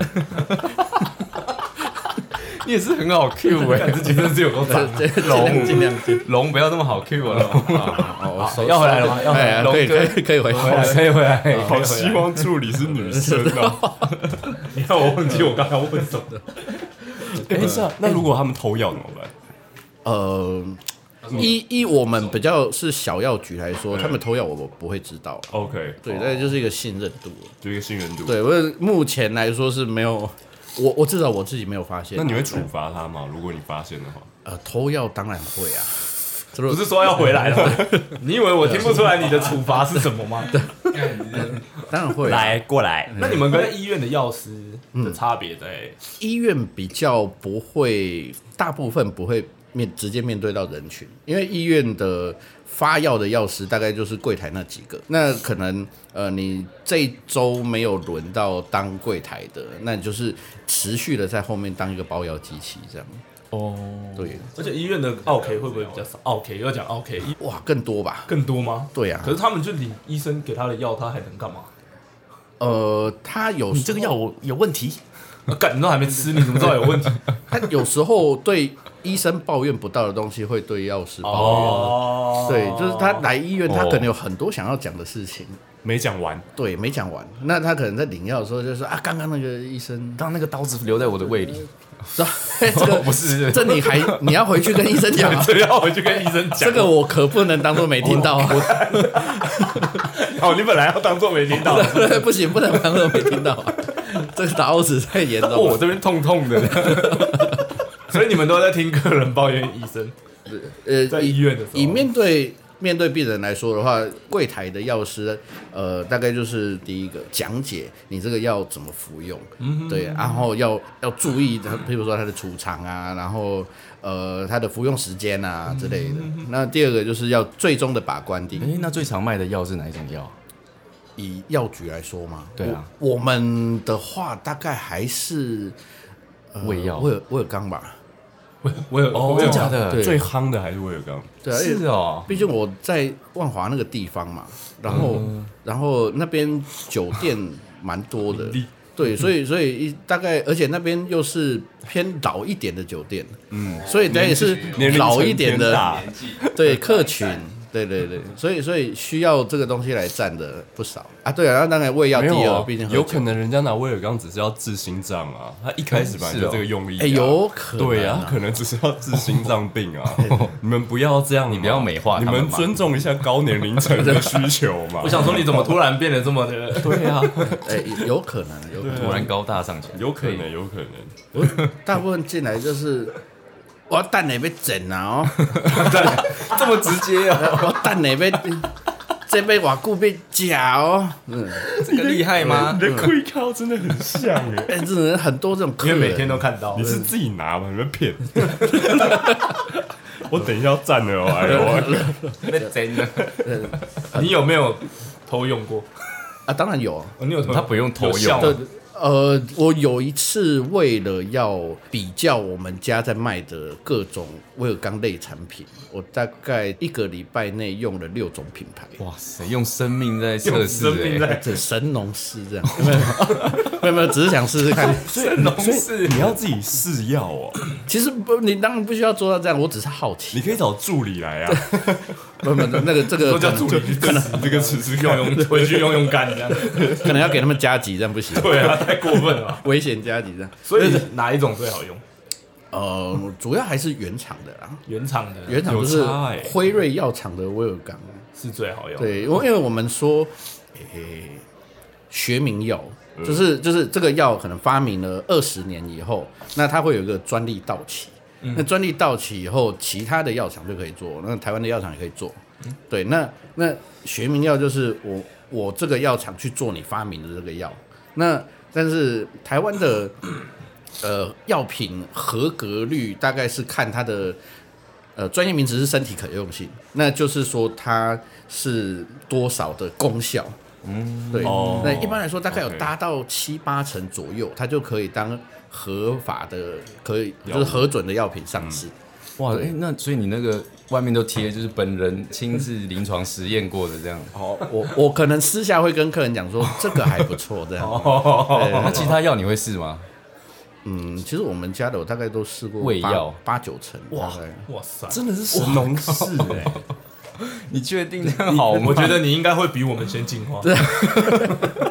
[SPEAKER 2] 你也是很好 Q 哎， 自己真是有够惨。
[SPEAKER 4] 这这龙尽量尽量
[SPEAKER 2] 龙不要那么好 Q 我龙，啊
[SPEAKER 4] 哦，手
[SPEAKER 2] 要回来了吗？要回
[SPEAKER 4] 哎
[SPEAKER 2] 来
[SPEAKER 4] 呀，
[SPEAKER 2] 了，龙
[SPEAKER 4] 可以可
[SPEAKER 2] 哥
[SPEAKER 4] 以可以回
[SPEAKER 2] 回来
[SPEAKER 4] 来，
[SPEAKER 2] 可以回来。
[SPEAKER 1] 好希望助理是女生 哦。
[SPEAKER 3] 你看我忘记我刚才问什么，
[SPEAKER 1] 哎，是啊，那如果他们偷药怎么办？
[SPEAKER 4] 呃。依依我们比较是小药局来说，他们偷药我不会知道，
[SPEAKER 1] OK，
[SPEAKER 4] 对，那就是一个信任度。
[SPEAKER 1] 就一个信任度。，
[SPEAKER 4] 对我目前来说是没有，我我至少我自己没有发现。
[SPEAKER 1] 那你会处罚他吗？如果你发现的话，
[SPEAKER 4] 呃偷药当然会啊，
[SPEAKER 3] 不是说要回来了？ 你以为我听不出来你的处罚是什么吗？
[SPEAKER 4] 当然会啊、
[SPEAKER 1] 来过来，
[SPEAKER 3] 那你们跟医院的药师的差别在？
[SPEAKER 4] 医院比较不会，大部分不会面直接面对到人群，因为医院的发药的药师大概就是柜台那几个，那可能呃你这一周没有轮到当柜台的，那你就是持续的在后面当一个包药机器这样。
[SPEAKER 2] 哦，
[SPEAKER 4] 对，
[SPEAKER 3] 而且医院的 OK 会不会比较少？OK 要讲 OK 医
[SPEAKER 4] 哇，更多吧？
[SPEAKER 3] 更多吗？
[SPEAKER 4] 对啊
[SPEAKER 3] 可，是他们就领医生给他的药，他还能干嘛？
[SPEAKER 4] 呃，他有
[SPEAKER 5] 你这个药我有问题，
[SPEAKER 3] 啊干，你都还没吃，你怎么知道有 问题？
[SPEAKER 4] 他 有时候对医生抱怨不到的东西，会对药师抱怨。
[SPEAKER 3] 哦，
[SPEAKER 4] 对，就是他来医院，他
[SPEAKER 1] 哦
[SPEAKER 4] 可能有很多想要讲的事情，
[SPEAKER 1] 没讲完，
[SPEAKER 4] 对，没讲完。那他可能在领药的时候就说啊，刚刚那个医生，
[SPEAKER 2] 当那个刀子留在我的胃 里，
[SPEAKER 4] 说嘿这个
[SPEAKER 2] 哦不是
[SPEAKER 4] 这你还你要回去跟医生讲啊
[SPEAKER 3] 这要回去跟医生讲。啊
[SPEAKER 4] 这个我可不能当做没听到啊，
[SPEAKER 3] 哦，你本来要当做没 听到，
[SPEAKER 1] 哦
[SPEAKER 4] 不行，不能当做没听到啊，这个打欧子太严
[SPEAKER 2] 哦，
[SPEAKER 4] 重
[SPEAKER 2] 我
[SPEAKER 4] 了。
[SPEAKER 2] 这边痛痛的。
[SPEAKER 3] 所以你们都在听客人抱怨医生
[SPEAKER 4] 呃，
[SPEAKER 3] 在医院的时候。
[SPEAKER 4] 以面对面对病人来说的话，柜台的药师，呃，大概就是第一个讲解你这个药怎么服用，
[SPEAKER 2] 嗯
[SPEAKER 4] 对，然后要要注意它，譬如说它的储藏啊，然后呃它的服用时间啊之
[SPEAKER 2] 嗯
[SPEAKER 4] 类的。那第二个就是要最终的把关定，
[SPEAKER 2] 哎，那最常卖的药是哪一种药？
[SPEAKER 4] 以药局来说嘛，
[SPEAKER 2] 对啊
[SPEAKER 4] 我，我们的话大概还是、呃
[SPEAKER 2] 胃药
[SPEAKER 4] 威尔威尔刚吧，
[SPEAKER 3] 我有，
[SPEAKER 4] 哦
[SPEAKER 1] 哦
[SPEAKER 3] 我 有
[SPEAKER 2] 真假的？
[SPEAKER 4] 对
[SPEAKER 1] 最夯的还是威尔刚，
[SPEAKER 4] 对啊，因为
[SPEAKER 2] 是哦，
[SPEAKER 4] 毕竟我在万华那个地方嘛，然后、
[SPEAKER 1] 嗯
[SPEAKER 4] 然后那边酒店蛮多的，对，所以所以一大概，而且那边又是偏老一点的酒店，嗯，所以等也是
[SPEAKER 1] 年龄层
[SPEAKER 4] 老一点
[SPEAKER 1] 偏
[SPEAKER 4] 的
[SPEAKER 1] 大
[SPEAKER 4] 对客群。对对对，所以所以需要这个东西来占的不少啊。对啊，那当然胃药第
[SPEAKER 1] 没有
[SPEAKER 4] 二，
[SPEAKER 1] 啊
[SPEAKER 4] 毕竟，喝
[SPEAKER 1] 有
[SPEAKER 4] 酒
[SPEAKER 1] 可能人家拿威尔刚只是要治心脏啊，他一开始本来就这个用意、啊，
[SPEAKER 4] 哎有可能啊
[SPEAKER 1] 对啊，他可能只是要治心脏病啊。你们不要这样嘛，你
[SPEAKER 2] 不要美化他
[SPEAKER 1] 你
[SPEAKER 2] 们嘛
[SPEAKER 1] 们尊重一下高年龄层的需求嘛。
[SPEAKER 3] 我想说，你怎么突然变得这么的？
[SPEAKER 1] 对啊，
[SPEAKER 4] 哎、有可能有可能
[SPEAKER 2] 突然高大上起来，
[SPEAKER 1] 有可能，有可能。
[SPEAKER 4] 我大部分进来就是我要蛋奶被整啊哦。
[SPEAKER 2] 这么直接
[SPEAKER 3] 啊
[SPEAKER 2] 哦，
[SPEAKER 4] 我等下要，这要偌久被假哦，嗯，
[SPEAKER 2] 这个厉害吗
[SPEAKER 1] 你？的亏靠真的很像哎、
[SPEAKER 4] 但是很多这种客
[SPEAKER 3] 因为
[SPEAKER 4] 人，
[SPEAKER 3] 每天都看到
[SPEAKER 1] 你，是自己拿吗？你们骗？ 我等一下要站了哦，哎呦，
[SPEAKER 2] 那真的，
[SPEAKER 3] 你有没有偷用过？
[SPEAKER 4] 啊，当然有啊，
[SPEAKER 3] 哦你有偷
[SPEAKER 2] 他不用偷
[SPEAKER 3] 有效
[SPEAKER 2] 用，
[SPEAKER 3] 吗
[SPEAKER 4] 对，呃，我有一次为了要比较我们家在卖的各种威尔刚类产品，我大概一个礼拜内用了六种品牌，
[SPEAKER 2] 哇塞，用生命在测
[SPEAKER 3] 用
[SPEAKER 2] 试
[SPEAKER 3] 生命
[SPEAKER 2] 哎，
[SPEAKER 3] 在
[SPEAKER 4] 这神农氏 这样，没有没有没有，只是想试试看。
[SPEAKER 1] 所以你要自己试药 哦，
[SPEAKER 4] 其实不，你当然不需要做到这样，我只是好 奇
[SPEAKER 1] 你。可以找助理来啊，
[SPEAKER 4] 没有没有，那个这个
[SPEAKER 3] 都叫
[SPEAKER 4] 可能
[SPEAKER 3] 助理去
[SPEAKER 1] 可能这个吃吃看。
[SPEAKER 3] 用用回去用用干这样。
[SPEAKER 4] 可能要给他们加急，这样 不行，
[SPEAKER 3] 对啊，太过分了吧。
[SPEAKER 4] 危险加急这样。
[SPEAKER 3] 所以哪一种最好用？
[SPEAKER 4] 呃，主要还是原厂的啦，
[SPEAKER 3] 原厂的
[SPEAKER 4] 原厂就是
[SPEAKER 1] 有差欸
[SPEAKER 4] 辉瑞药厂的威尔刚。
[SPEAKER 3] 是最好用。
[SPEAKER 4] 对，因为因为我们说，诶、学名药
[SPEAKER 1] 嗯
[SPEAKER 4] 就是就是这个药可能发明了二十年以后，那它会有一个专利到期。
[SPEAKER 1] 嗯
[SPEAKER 4] 那专利到期以后，其他的药厂就可以做，那台湾的药厂也可以做。
[SPEAKER 1] 嗯
[SPEAKER 4] 对，那那学名药就是我我这个药厂去做你发明的这个药，那但是台湾的呃药品合格率大概是看它的呃专业名词是身体可用性，那就是说它是多少的功效。嗯，对，
[SPEAKER 1] 哦
[SPEAKER 4] 那一般来说大概有
[SPEAKER 1] OK
[SPEAKER 4] 达到七八成左右，它就可以当合法的、可以就
[SPEAKER 1] 药
[SPEAKER 4] 是
[SPEAKER 1] 物
[SPEAKER 4] 核准的药品上市。
[SPEAKER 2] 哇，哎，那所以你那个外面都贴就是本人亲自临床实验过的这样，
[SPEAKER 4] 哦，我我可能私下会跟客人讲说这个还不错，这样。
[SPEAKER 3] 哦
[SPEAKER 2] 那其他药你会试吗？
[SPEAKER 4] 嗯，其实我们家的我大概都试过
[SPEAKER 2] 胃
[SPEAKER 4] 八
[SPEAKER 2] 药
[SPEAKER 4] 八九成，哇，
[SPEAKER 3] 哇塞，
[SPEAKER 1] 真的是神农氏哎、
[SPEAKER 2] 你确定这样好吗？
[SPEAKER 3] 我觉得你应该会比我们先进化。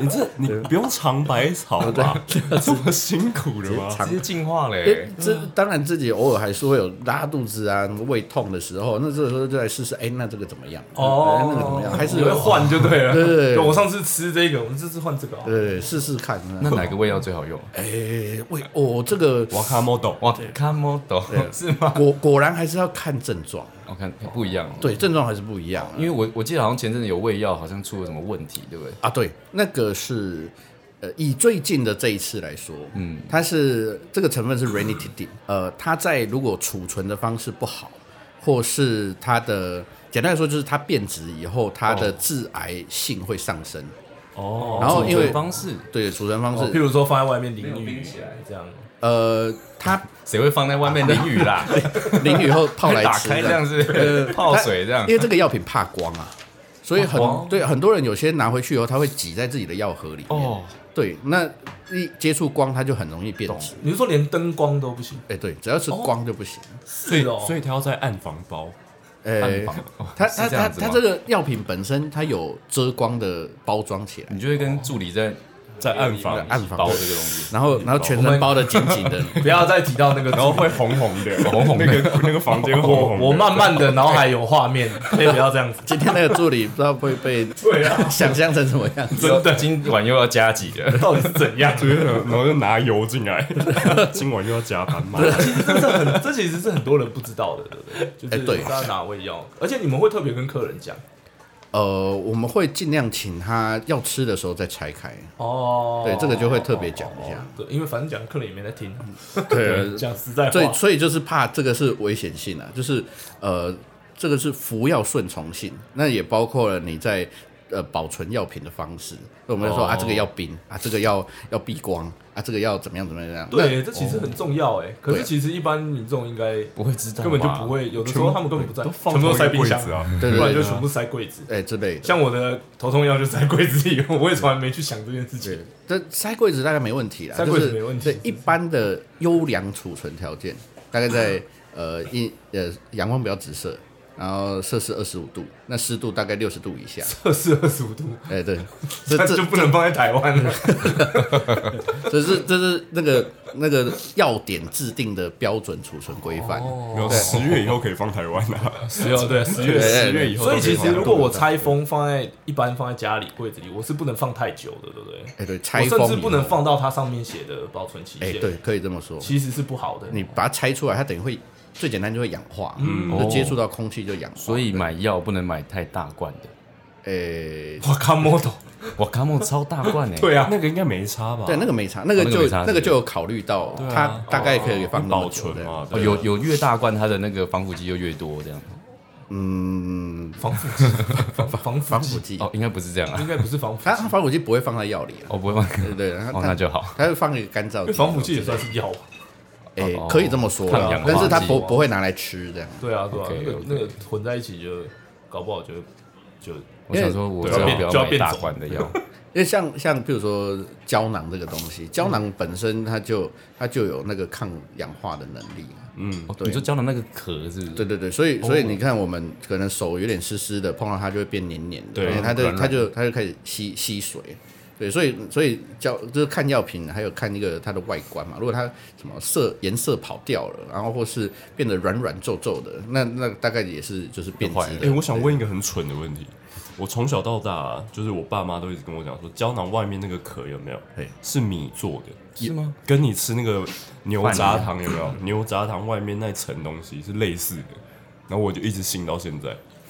[SPEAKER 1] 你这你不用尝百草吧？ 这么辛苦的吗？
[SPEAKER 2] 直接进化欸嘞、
[SPEAKER 4] 诶这
[SPEAKER 3] 嗯
[SPEAKER 4] 当然自己偶尔还是会有拉肚子啊、胃痛的时候，那这个时候就来试试，哎，那这个怎么样？哎那个怎么样？还是
[SPEAKER 3] 哦你会
[SPEAKER 4] 有
[SPEAKER 3] 换就对了。
[SPEAKER 4] 对对对
[SPEAKER 3] 我上次吃这个，我们这次换这个啊。
[SPEAKER 4] 对，试试看。啊
[SPEAKER 2] 那哪个味道最好用？
[SPEAKER 4] 哎，胃哦，这个
[SPEAKER 1] 瓦卡莫豆，
[SPEAKER 2] 哇，卡莫多是吗？
[SPEAKER 4] 果果然还是要看症状。
[SPEAKER 2] 我看不一样哦。
[SPEAKER 4] 对，症状还是不一样啊、
[SPEAKER 2] 因为我我记得好像前阵子有胃药，好像出了什么问题，对不对？
[SPEAKER 4] 啊，对，那个是呃，以最近的这一次来说，嗯，它是这个成分 是 ranitidine，呃，它在如果储存的方式不好，或是它的简单来说就是它变质以后，它的致癌性会上升。
[SPEAKER 1] 哦，
[SPEAKER 4] 然后因
[SPEAKER 2] 储
[SPEAKER 4] 为
[SPEAKER 2] 存方式，
[SPEAKER 4] 对储存方式，
[SPEAKER 3] 哦譬如说放在外面淋
[SPEAKER 2] 没有
[SPEAKER 3] 雨
[SPEAKER 2] 冰起来
[SPEAKER 3] 这样，
[SPEAKER 4] 呃，它
[SPEAKER 2] 谁会放在外面淋雨 啦？
[SPEAKER 4] 淋雨后泡 来
[SPEAKER 2] 打
[SPEAKER 4] 吃
[SPEAKER 2] 开这样是泡水这样
[SPEAKER 4] 因。为这个药品怕光啊，所以很
[SPEAKER 2] 怕光
[SPEAKER 4] 对很多人有些拿回去以后，他会挤在自己的药盒里面。
[SPEAKER 2] 哦，
[SPEAKER 4] 对，那一接触光，它就很容易变质。
[SPEAKER 3] 你是说连灯光都不行？
[SPEAKER 4] 哎、对，只要是光就不行。
[SPEAKER 1] 所以
[SPEAKER 3] 是哦
[SPEAKER 1] 所以他要在暗房包，
[SPEAKER 4] 哎、
[SPEAKER 2] 暗房哦
[SPEAKER 4] 它
[SPEAKER 2] 是
[SPEAKER 4] 它
[SPEAKER 2] 这
[SPEAKER 4] 它
[SPEAKER 2] 样子吗
[SPEAKER 4] 它这个药品本身它有遮光的包装起来，
[SPEAKER 2] 你就会跟助理在
[SPEAKER 1] 在暗房，
[SPEAKER 4] 暗房
[SPEAKER 2] 包这个东 西，
[SPEAKER 4] 然后然后全身包的紧紧 的。
[SPEAKER 3] 不要再提到那个
[SPEAKER 1] 然后哦会红红的， 红
[SPEAKER 2] 红的
[SPEAKER 1] 那个那个房 间红
[SPEAKER 3] 我
[SPEAKER 1] 红的。
[SPEAKER 3] 我慢慢的脑海有画面， 可以不要这样子。
[SPEAKER 4] 今天那个助理不知道会被
[SPEAKER 3] 对啊，
[SPEAKER 4] 想象成什么样子。
[SPEAKER 2] 真的今晚又要加几 了。
[SPEAKER 3] 到底是 怎样？
[SPEAKER 1] 就是然后就拿油进来， 今晚又要加班 嘛。
[SPEAKER 3] 这其实是很多人不知道的，对不对？就
[SPEAKER 4] 哎
[SPEAKER 3] 是
[SPEAKER 4] 对
[SPEAKER 3] 大家哪位药，而且你们会特别跟客人讲
[SPEAKER 4] 呃，我们会尽量请他要吃的时候再拆开。
[SPEAKER 3] 哦
[SPEAKER 4] 对这个就会特别讲一下
[SPEAKER 3] 对，因为反正讲客人也没在听，
[SPEAKER 4] 对啊
[SPEAKER 3] 讲实在
[SPEAKER 4] 所以
[SPEAKER 3] 话，
[SPEAKER 4] 所以就是怕这个是危险性啊，就是呃，这个是服药顺从性，那也包括了你在呃保存药品的方式。我们就说、
[SPEAKER 3] 哦
[SPEAKER 4] 啊，这个要冰啊，这个要要避光啊，这个要怎么样怎么样。
[SPEAKER 3] 对，这其实很重要哎。可
[SPEAKER 4] 对
[SPEAKER 3] 是其实一般民众应该
[SPEAKER 2] 不会知道嘛，
[SPEAKER 3] 根本就不会，有的时候他们根本不在，
[SPEAKER 1] 都放
[SPEAKER 3] 全部都
[SPEAKER 1] 同一
[SPEAKER 3] 塞
[SPEAKER 1] 个
[SPEAKER 3] 冰箱
[SPEAKER 1] 柜子啊
[SPEAKER 4] 对对
[SPEAKER 3] 不然
[SPEAKER 4] 对
[SPEAKER 3] 就
[SPEAKER 4] 对
[SPEAKER 3] 全部塞柜子。
[SPEAKER 4] 那哎之类的。
[SPEAKER 3] 像我的头痛药就塞柜子里，我也从来没去想这件事
[SPEAKER 4] 对
[SPEAKER 3] 情。，
[SPEAKER 4] 这塞柜子大概没问题啦，
[SPEAKER 3] 塞柜子没问题
[SPEAKER 4] 就是对一般的优良储存条件，大 概在呃阴呃阳光不要直射，然后摄氏二十五度，那湿度大概六十度以下。
[SPEAKER 3] 摄氏二十五度，
[SPEAKER 4] 哎、对，这
[SPEAKER 3] 那
[SPEAKER 4] 这
[SPEAKER 3] 就不能放在台湾了。
[SPEAKER 4] 这是这是那个那个药典制定的标准储存规范。
[SPEAKER 1] 没有十月以后可以放台湾啊，
[SPEAKER 3] 十月对十月
[SPEAKER 4] 对
[SPEAKER 1] 十月以后都
[SPEAKER 3] 所
[SPEAKER 1] 可
[SPEAKER 3] 以
[SPEAKER 1] 放。
[SPEAKER 3] 其实如果
[SPEAKER 4] 都
[SPEAKER 3] 我
[SPEAKER 4] 可以
[SPEAKER 3] 拆封放在一般放在家里柜子里，我是不能放太久的，对不对？
[SPEAKER 4] 哎、对，
[SPEAKER 3] 我
[SPEAKER 4] 拆封
[SPEAKER 3] 甚至
[SPEAKER 4] 以
[SPEAKER 3] 不能
[SPEAKER 4] 后。
[SPEAKER 3] 放到它上面写的保存期
[SPEAKER 4] 哎、
[SPEAKER 3] 限，
[SPEAKER 4] 对，，可以这么说。
[SPEAKER 3] 其实是不好的。
[SPEAKER 4] 你把它拆出来，它等于会最简单就会氧化，
[SPEAKER 3] 嗯
[SPEAKER 4] 就接触到空气就氧化。
[SPEAKER 2] 哦所以买药不能买太大罐的。
[SPEAKER 4] 哎、
[SPEAKER 3] 哇靠，model，
[SPEAKER 2] 哇，卡莫超大罐哎、
[SPEAKER 3] 对 啊，
[SPEAKER 1] 那个应该没差吧？
[SPEAKER 4] 对，那个没差，那个
[SPEAKER 2] 哦那个
[SPEAKER 4] 就、
[SPEAKER 2] 没差是不是
[SPEAKER 4] 就有考虑到、
[SPEAKER 1] 啊
[SPEAKER 4] 它大概可以放那么
[SPEAKER 1] 保
[SPEAKER 4] 久
[SPEAKER 1] 存
[SPEAKER 4] 这样
[SPEAKER 1] 嘛，
[SPEAKER 2] 哦
[SPEAKER 1] 对啊
[SPEAKER 2] 有有越大罐，它的那个防腐剂就越多这样。
[SPEAKER 4] 嗯，
[SPEAKER 3] 防腐剂，防防
[SPEAKER 4] 防
[SPEAKER 3] 防
[SPEAKER 4] 腐
[SPEAKER 3] 腐剂
[SPEAKER 4] 剂，
[SPEAKER 2] 哦，应该不是这样啊
[SPEAKER 3] 应。该不是防腐剂
[SPEAKER 4] 它，它防腐剂不会放在药里啊。
[SPEAKER 2] 哦，不会吗？
[SPEAKER 4] 对对，然后
[SPEAKER 2] 哦，
[SPEAKER 4] 它
[SPEAKER 2] 那就好。
[SPEAKER 4] 它会放一个干燥
[SPEAKER 3] 因为。
[SPEAKER 4] 剂啊
[SPEAKER 3] 防腐剂也算是药吧？
[SPEAKER 4] 哎、
[SPEAKER 2] 哦
[SPEAKER 4] 可以这么说
[SPEAKER 2] 抗
[SPEAKER 4] 啦
[SPEAKER 2] 氧，化
[SPEAKER 4] 但是它
[SPEAKER 2] 剂哦
[SPEAKER 4] 不不会拿来吃这样。
[SPEAKER 3] 对啊，对啊，那个
[SPEAKER 2] OK，OK
[SPEAKER 3] 那个混在一起就搞不好就就
[SPEAKER 2] 我想说，我
[SPEAKER 3] 对
[SPEAKER 2] 最
[SPEAKER 3] 就
[SPEAKER 2] 好
[SPEAKER 3] 要
[SPEAKER 2] 不要
[SPEAKER 3] 就要
[SPEAKER 2] 买
[SPEAKER 3] 变
[SPEAKER 2] 大
[SPEAKER 3] 种
[SPEAKER 2] 罐的药。
[SPEAKER 4] 因为像像比如说胶囊这个东西，胶囊本身它就它就有那个抗氧化的能力。
[SPEAKER 1] 嗯
[SPEAKER 2] 哦
[SPEAKER 4] 对
[SPEAKER 2] 你就胶囊那个壳是不是？
[SPEAKER 4] 对对对，所
[SPEAKER 1] 哦
[SPEAKER 4] 以所以你看，我们可能手有点湿湿的，碰到它就会变黏黏的，
[SPEAKER 1] 对
[SPEAKER 4] 因为它就
[SPEAKER 1] 软
[SPEAKER 4] 它
[SPEAKER 1] 软
[SPEAKER 4] 就它就开始吸吸水。对，所以所以胶就是看药品，还有看一个它的外观嘛。如果它什么色颜色跑掉了，然后或是变得软软皱皱的，那那大概也是就是变质
[SPEAKER 2] 坏了
[SPEAKER 1] 哎、
[SPEAKER 4] 的。
[SPEAKER 1] 我想问一个很蠢的问题。我从小到大、啊，就是我爸妈都一直跟我讲说，胶囊外面那个壳有没有
[SPEAKER 4] 嘿
[SPEAKER 1] 是米做的？
[SPEAKER 2] 是吗？
[SPEAKER 1] 跟你吃那个牛轧糖有没有？牛轧糖外面那层东西是类似的。然后我就一直信到现在，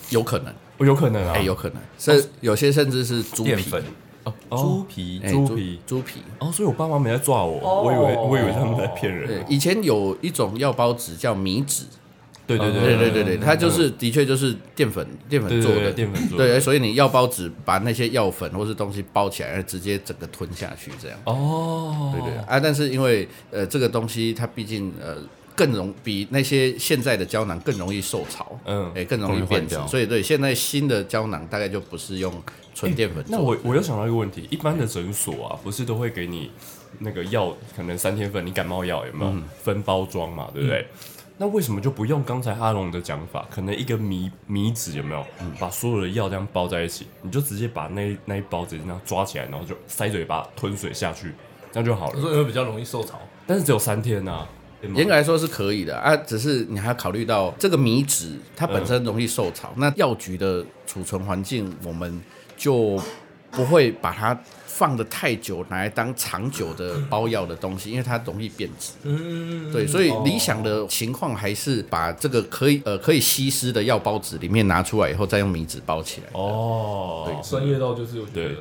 [SPEAKER 4] 有可能，
[SPEAKER 1] 我有可能啊，
[SPEAKER 4] 哎、有可能，甚有些甚至是猪
[SPEAKER 2] 淀
[SPEAKER 4] 皮，
[SPEAKER 2] 粉哦，
[SPEAKER 1] 哦
[SPEAKER 2] 猪皮
[SPEAKER 4] 哎
[SPEAKER 1] 猪皮
[SPEAKER 4] 猪皮，
[SPEAKER 1] 哦，所以我爸妈没在抓我，
[SPEAKER 3] 哦
[SPEAKER 1] 我以为我以为他们在骗
[SPEAKER 4] 对
[SPEAKER 1] 人，。
[SPEAKER 4] 以前有一种药包纸叫米纸，
[SPEAKER 1] 对对
[SPEAKER 4] 对
[SPEAKER 1] 对
[SPEAKER 4] 对对对，它就是的确就是淀粉淀粉
[SPEAKER 1] 对
[SPEAKER 4] 做
[SPEAKER 1] 嗯对
[SPEAKER 4] 的
[SPEAKER 1] 对，淀粉做的。
[SPEAKER 4] 对，所以你药包纸把那些药粉或是东西包起来，直接整个吞下去这样。
[SPEAKER 1] 哦，
[SPEAKER 4] 对对啊，但是因为呃这个东西它毕竟呃更容比那些现在的胶囊更容易受潮，
[SPEAKER 1] 嗯
[SPEAKER 4] 哎更容易
[SPEAKER 2] 容易
[SPEAKER 4] 变
[SPEAKER 2] 坏
[SPEAKER 4] 质
[SPEAKER 2] 掉，
[SPEAKER 4] 所以对现在新的胶囊大概就不是用纯淀粉
[SPEAKER 1] 那
[SPEAKER 4] 做。嗯
[SPEAKER 1] 我我又想到一个问题，一般的诊所啊，不是都会给你那个药，可能三天份，你感冒药有没
[SPEAKER 4] 嗯
[SPEAKER 1] 有、分包装嘛，对不对？那为什么就不用刚才阿龙的讲法，可能一个米米纸有没有，
[SPEAKER 4] 嗯
[SPEAKER 1] 把所有的药这样包在一起，你就直接把那那一包直接那样抓起来，然后就塞嘴巴吞水下去，这样就好
[SPEAKER 3] 我
[SPEAKER 4] 嗯
[SPEAKER 1] 了。
[SPEAKER 3] 说有没有比较容易受潮？
[SPEAKER 1] 但是只有三天呐、啊，
[SPEAKER 3] 嗯
[SPEAKER 1] 对吗
[SPEAKER 4] 严格来说是可以的啊，只是你还要考虑到这个米纸它本身容易受
[SPEAKER 3] 嗯
[SPEAKER 4] 潮，那药局的储存环境我们就不会把它放的太久，拿来当长久的包药的东西，因为它容易变质。
[SPEAKER 3] 嗯，
[SPEAKER 4] 对，所以
[SPEAKER 3] 哦
[SPEAKER 4] 理想的情况还是把这个可以呃可以吸湿的药包纸里面拿出来以后，再用米纸包起来。
[SPEAKER 1] 哦，
[SPEAKER 3] 专业到就是我觉得
[SPEAKER 1] 对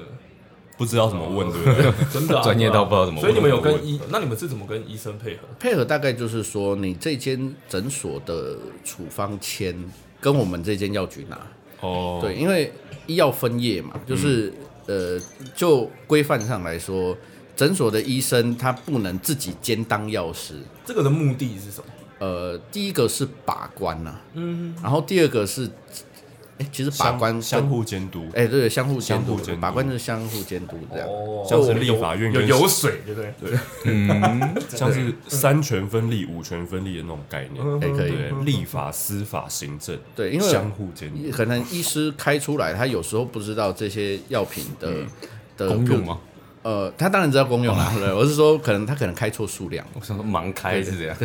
[SPEAKER 1] 不知道怎么
[SPEAKER 4] 哦
[SPEAKER 1] 问，对不对？
[SPEAKER 3] 真的啊
[SPEAKER 2] 专业到不知道怎么
[SPEAKER 3] 所以你们有
[SPEAKER 2] 问
[SPEAKER 3] 跟医，那你们是怎么跟医生配合？
[SPEAKER 4] 配合大概就是说，你这间诊所的处方签跟我们这间药局拿，
[SPEAKER 1] 哦，嗯
[SPEAKER 4] 对，因为医药分业嘛，就是、呃，就规范上来说，诊所的医生他不能自己兼当药师，
[SPEAKER 3] 这个的目的是什么？
[SPEAKER 4] 呃，第一个是把关呐、嗯，然后第二个是，哎、其实把
[SPEAKER 1] 相
[SPEAKER 4] 关
[SPEAKER 1] 相
[SPEAKER 4] 跟，
[SPEAKER 1] 互监督，
[SPEAKER 4] 哎、对，相互监
[SPEAKER 1] 相
[SPEAKER 4] 督
[SPEAKER 1] 互监，督哦
[SPEAKER 4] 把关就是相互监督这样。
[SPEAKER 1] 像
[SPEAKER 3] 我
[SPEAKER 1] 是
[SPEAKER 3] 们
[SPEAKER 1] 立
[SPEAKER 3] 有
[SPEAKER 1] 法院
[SPEAKER 3] 哦有
[SPEAKER 1] 跟
[SPEAKER 3] 有水，对不对？
[SPEAKER 1] 像是三权分立、五权分立的那种概念，
[SPEAKER 4] 哎可以
[SPEAKER 1] 对立法、司法、行政，
[SPEAKER 4] 对因为
[SPEAKER 1] 相互监督，
[SPEAKER 4] 可能医师开出来，他有时候不知道这些药品的、
[SPEAKER 1] 嗯
[SPEAKER 4] 的
[SPEAKER 2] 公
[SPEAKER 1] 啊
[SPEAKER 2] 用吗？
[SPEAKER 4] 呃，他当然知道公用 啦，对，我是说，可能他可能开错数量，
[SPEAKER 2] 我想说盲开是这样，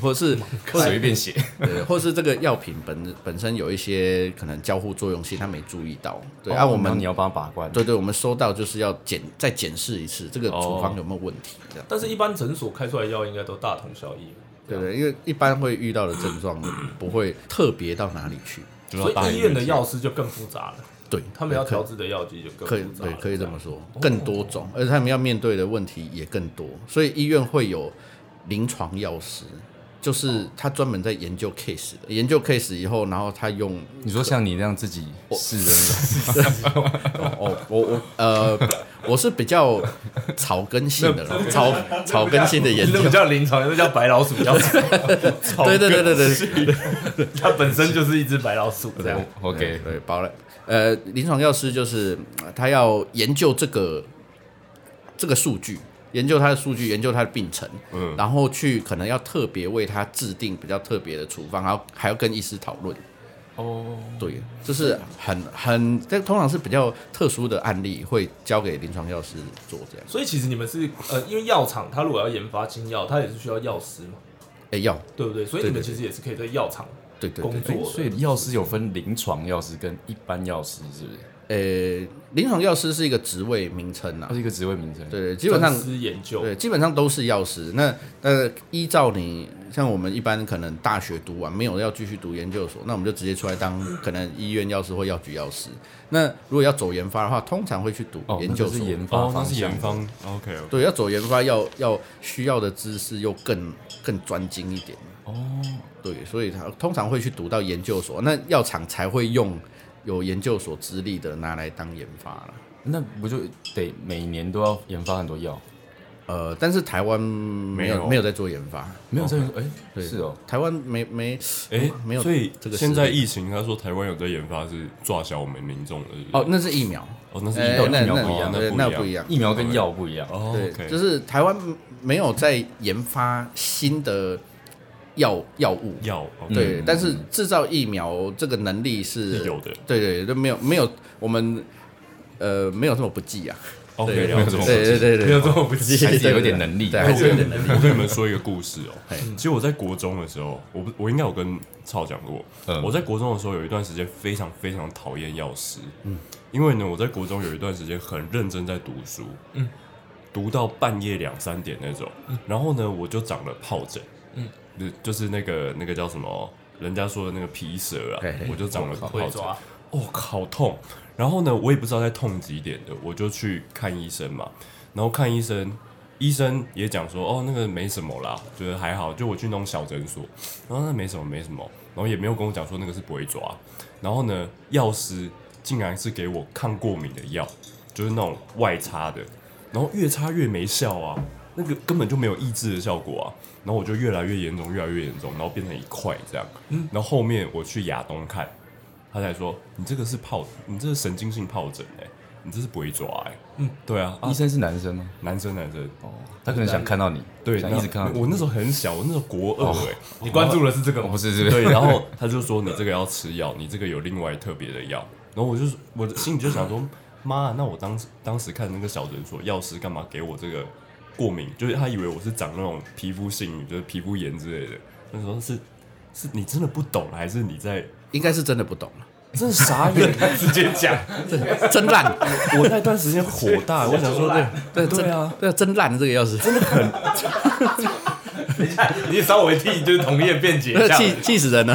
[SPEAKER 4] 或 是 或
[SPEAKER 2] 随
[SPEAKER 4] 是
[SPEAKER 2] 便写。
[SPEAKER 4] 对，或是这个药品本本身有一些可能交互作用性，他没注意到。对，
[SPEAKER 3] 哦
[SPEAKER 4] 啊，
[SPEAKER 2] 然
[SPEAKER 4] 我
[SPEAKER 2] 后
[SPEAKER 4] 们
[SPEAKER 2] 哦你要帮他把关，
[SPEAKER 4] 对对，我们收到就是要检再检视一次这个
[SPEAKER 1] 哦
[SPEAKER 4] 处方有没有问题，这样
[SPEAKER 3] 但是一般诊所开出来的药应该都大同小异，
[SPEAKER 4] 对对，因为一般会遇到的症状不会特别到哪里去。
[SPEAKER 1] 就
[SPEAKER 3] 所
[SPEAKER 2] 啊
[SPEAKER 1] 是大
[SPEAKER 3] 以医院的
[SPEAKER 1] 院
[SPEAKER 3] 药师就更复杂了，
[SPEAKER 4] 对，
[SPEAKER 3] 他们要
[SPEAKER 4] 可
[SPEAKER 3] 调制的药剂就更
[SPEAKER 4] 可以
[SPEAKER 3] 复杂
[SPEAKER 4] 对
[SPEAKER 3] 了，，
[SPEAKER 4] 可以这么说，
[SPEAKER 3] 哦
[SPEAKER 4] 更多种，而且他们要面对的问题也更多，所以医院会有临床药师，
[SPEAKER 3] 哦
[SPEAKER 4] 就是他专门在研究 case 的，研究 case 以后，然后他用
[SPEAKER 2] 你说像你那样自己试的那种，
[SPEAKER 4] 哦，我我呃，我是比较草根性的人，草草根性的研
[SPEAKER 3] 那
[SPEAKER 4] 究
[SPEAKER 3] 不，叫临床，那叫白老鼠药。
[SPEAKER 4] 对对对对对，
[SPEAKER 3] 它本身就是一只白老鼠这样。
[SPEAKER 2] o k
[SPEAKER 4] 啊对，包了。呃，临床药师就是呃他要研究这个这个数据，研究他的数据，研究他的病程，嗯，然后去可能要特别为他制定比较特别的处方，然后还要跟医师讨论。哦，对，就是很很，这通常是比较特殊的案例，会交给临床药师做这样。
[SPEAKER 3] 所以其实你们是呃，因为药厂它如果要研发新药，它也是需要药师嘛，
[SPEAKER 4] 哎，药，
[SPEAKER 3] 对不对？所以你们
[SPEAKER 4] 对对
[SPEAKER 3] 其实也是可以在药厂
[SPEAKER 4] 对对
[SPEAKER 3] 工
[SPEAKER 4] 对
[SPEAKER 3] 作的。
[SPEAKER 2] 所以药师有分临床药师跟一般药师，是不是？
[SPEAKER 4] 对，呃，临床药师是一个职位名称啊
[SPEAKER 2] 它是，一个职位名称。，
[SPEAKER 4] 对，基本上
[SPEAKER 3] 专司研
[SPEAKER 2] 哦
[SPEAKER 3] 究，
[SPEAKER 4] 对，基本上都是药师。那呃，依照你像我们一般可能大学读完没有要继续读研究所，那我们就直接出来当可能医院药师或药局药师。那如果要走研发的话，通常会去读
[SPEAKER 2] 哦，
[SPEAKER 4] 研
[SPEAKER 2] 那
[SPEAKER 4] 究
[SPEAKER 2] 就
[SPEAKER 4] 所。
[SPEAKER 2] 是研发
[SPEAKER 1] 哦，那
[SPEAKER 2] 方
[SPEAKER 1] 是
[SPEAKER 2] 向
[SPEAKER 1] 研。方，OK，
[SPEAKER 4] 对，要走研发要要需要的知识又更更专精一点。哦，对，所以他通常会去读到研究所，那药厂才会用有研究所资历的拿来当研发了。
[SPEAKER 2] 那不就得每年都要研发很多药？
[SPEAKER 4] 呃，但是台湾没
[SPEAKER 1] 没有
[SPEAKER 4] 有没有在做研发，
[SPEAKER 2] 没有这个，哎，
[SPEAKER 4] 对
[SPEAKER 2] 是哦，
[SPEAKER 4] 台湾没没
[SPEAKER 1] 哎，
[SPEAKER 4] 没有
[SPEAKER 1] 所以
[SPEAKER 4] 这个实
[SPEAKER 1] 现在
[SPEAKER 4] 力
[SPEAKER 1] 疫情，他说台湾有在研发是抓小我们民众的，是不是
[SPEAKER 4] 哦，，那是疫苗，
[SPEAKER 1] 哦，那是
[SPEAKER 4] 哎
[SPEAKER 1] 疫苗，
[SPEAKER 4] 那那
[SPEAKER 1] 不一样，
[SPEAKER 4] 对，
[SPEAKER 1] 那
[SPEAKER 4] 那不一。样。
[SPEAKER 2] 疫苗跟药不一样。
[SPEAKER 1] 哦
[SPEAKER 4] 对，
[SPEAKER 1] ，OK，
[SPEAKER 4] 就是台湾没有在研发新的药药物，
[SPEAKER 1] 药，哦
[SPEAKER 4] 对，但是制造疫苗这个能力是
[SPEAKER 1] 是有的
[SPEAKER 4] 对对，都没有没有我们呃没有这么不济啊，
[SPEAKER 1] ，OK，
[SPEAKER 4] 对
[SPEAKER 1] 了
[SPEAKER 2] 没有这
[SPEAKER 1] 解
[SPEAKER 2] 么。
[SPEAKER 4] 对对 对
[SPEAKER 3] 没有
[SPEAKER 4] 对，
[SPEAKER 3] 这么不济。
[SPEAKER 2] 还是有点能力
[SPEAKER 4] 对，还是有点能力。
[SPEAKER 1] 我跟你们说一个故事哦、
[SPEAKER 4] 嘿
[SPEAKER 1] 其实我在国中的时候，我不，我应该有跟超讲过、
[SPEAKER 2] 嗯
[SPEAKER 1] 我在国中的时候有一段时间非常非常讨厌药师，嗯，因为呢，我在国中有一段时间很认真在读书，嗯，读到半夜两三点那种，然后呢，我就长了疱疹，嗯，就是那个那个叫什么，人家说的那个皮蛇啊，
[SPEAKER 4] 嘿嘿
[SPEAKER 1] 我就长了
[SPEAKER 3] 会
[SPEAKER 1] 疱疹，
[SPEAKER 3] 抓，
[SPEAKER 1] 我、靠哦痛。然后呢，我也不知道在痛几点的，我就去看医生嘛。然后看医生，医生也讲说，哦，那个没什么啦，觉得还好。就我去那种小诊所，然后那没什么，没什么，然后也没有跟我讲说那个是不会抓。然后呢，药师竟然是给我抗过敏的药，就是那种外擦的，然后越擦越没效啊，那个根本就没有抑制的效果啊。然后我就越来越严重，越来越严重，然后变成一块这样。然后后面我去亚东看，他才说你这个是疱，你这是神经性疱疹哎、你这是不会抓哎、嗯，对啊，啊
[SPEAKER 2] 医生是男生吗？
[SPEAKER 1] 男生男生，
[SPEAKER 2] 哦，他可能想看到你，
[SPEAKER 1] 对，
[SPEAKER 2] 想
[SPEAKER 1] 那
[SPEAKER 2] 一直看到你。
[SPEAKER 1] 我那时候很小，我那时候国二哎、
[SPEAKER 3] 你关注的是这个
[SPEAKER 2] 哦
[SPEAKER 3] 吗？
[SPEAKER 2] 不是是不
[SPEAKER 1] 对，
[SPEAKER 2] 是，
[SPEAKER 1] 然后他就说你这个要吃药，你这个有另外特别的药。然后我就我的心里就想说，妈，那我当时当时看那个小诊所药师干嘛给我这个过敏？就是他以为我是长那种皮肤性，就是皮肤炎之类的。那时候是是你真的不懂，还是你在
[SPEAKER 4] 应该是真的不懂了，
[SPEAKER 1] 真的傻 眼，
[SPEAKER 3] 直接讲，
[SPEAKER 4] 真烂，
[SPEAKER 1] 我那段时间火大，我想说，对对对啊，
[SPEAKER 4] 对，真烂这个钥匙，真的
[SPEAKER 3] 你稍微替就是同业辩解一下。
[SPEAKER 4] 气气死人了，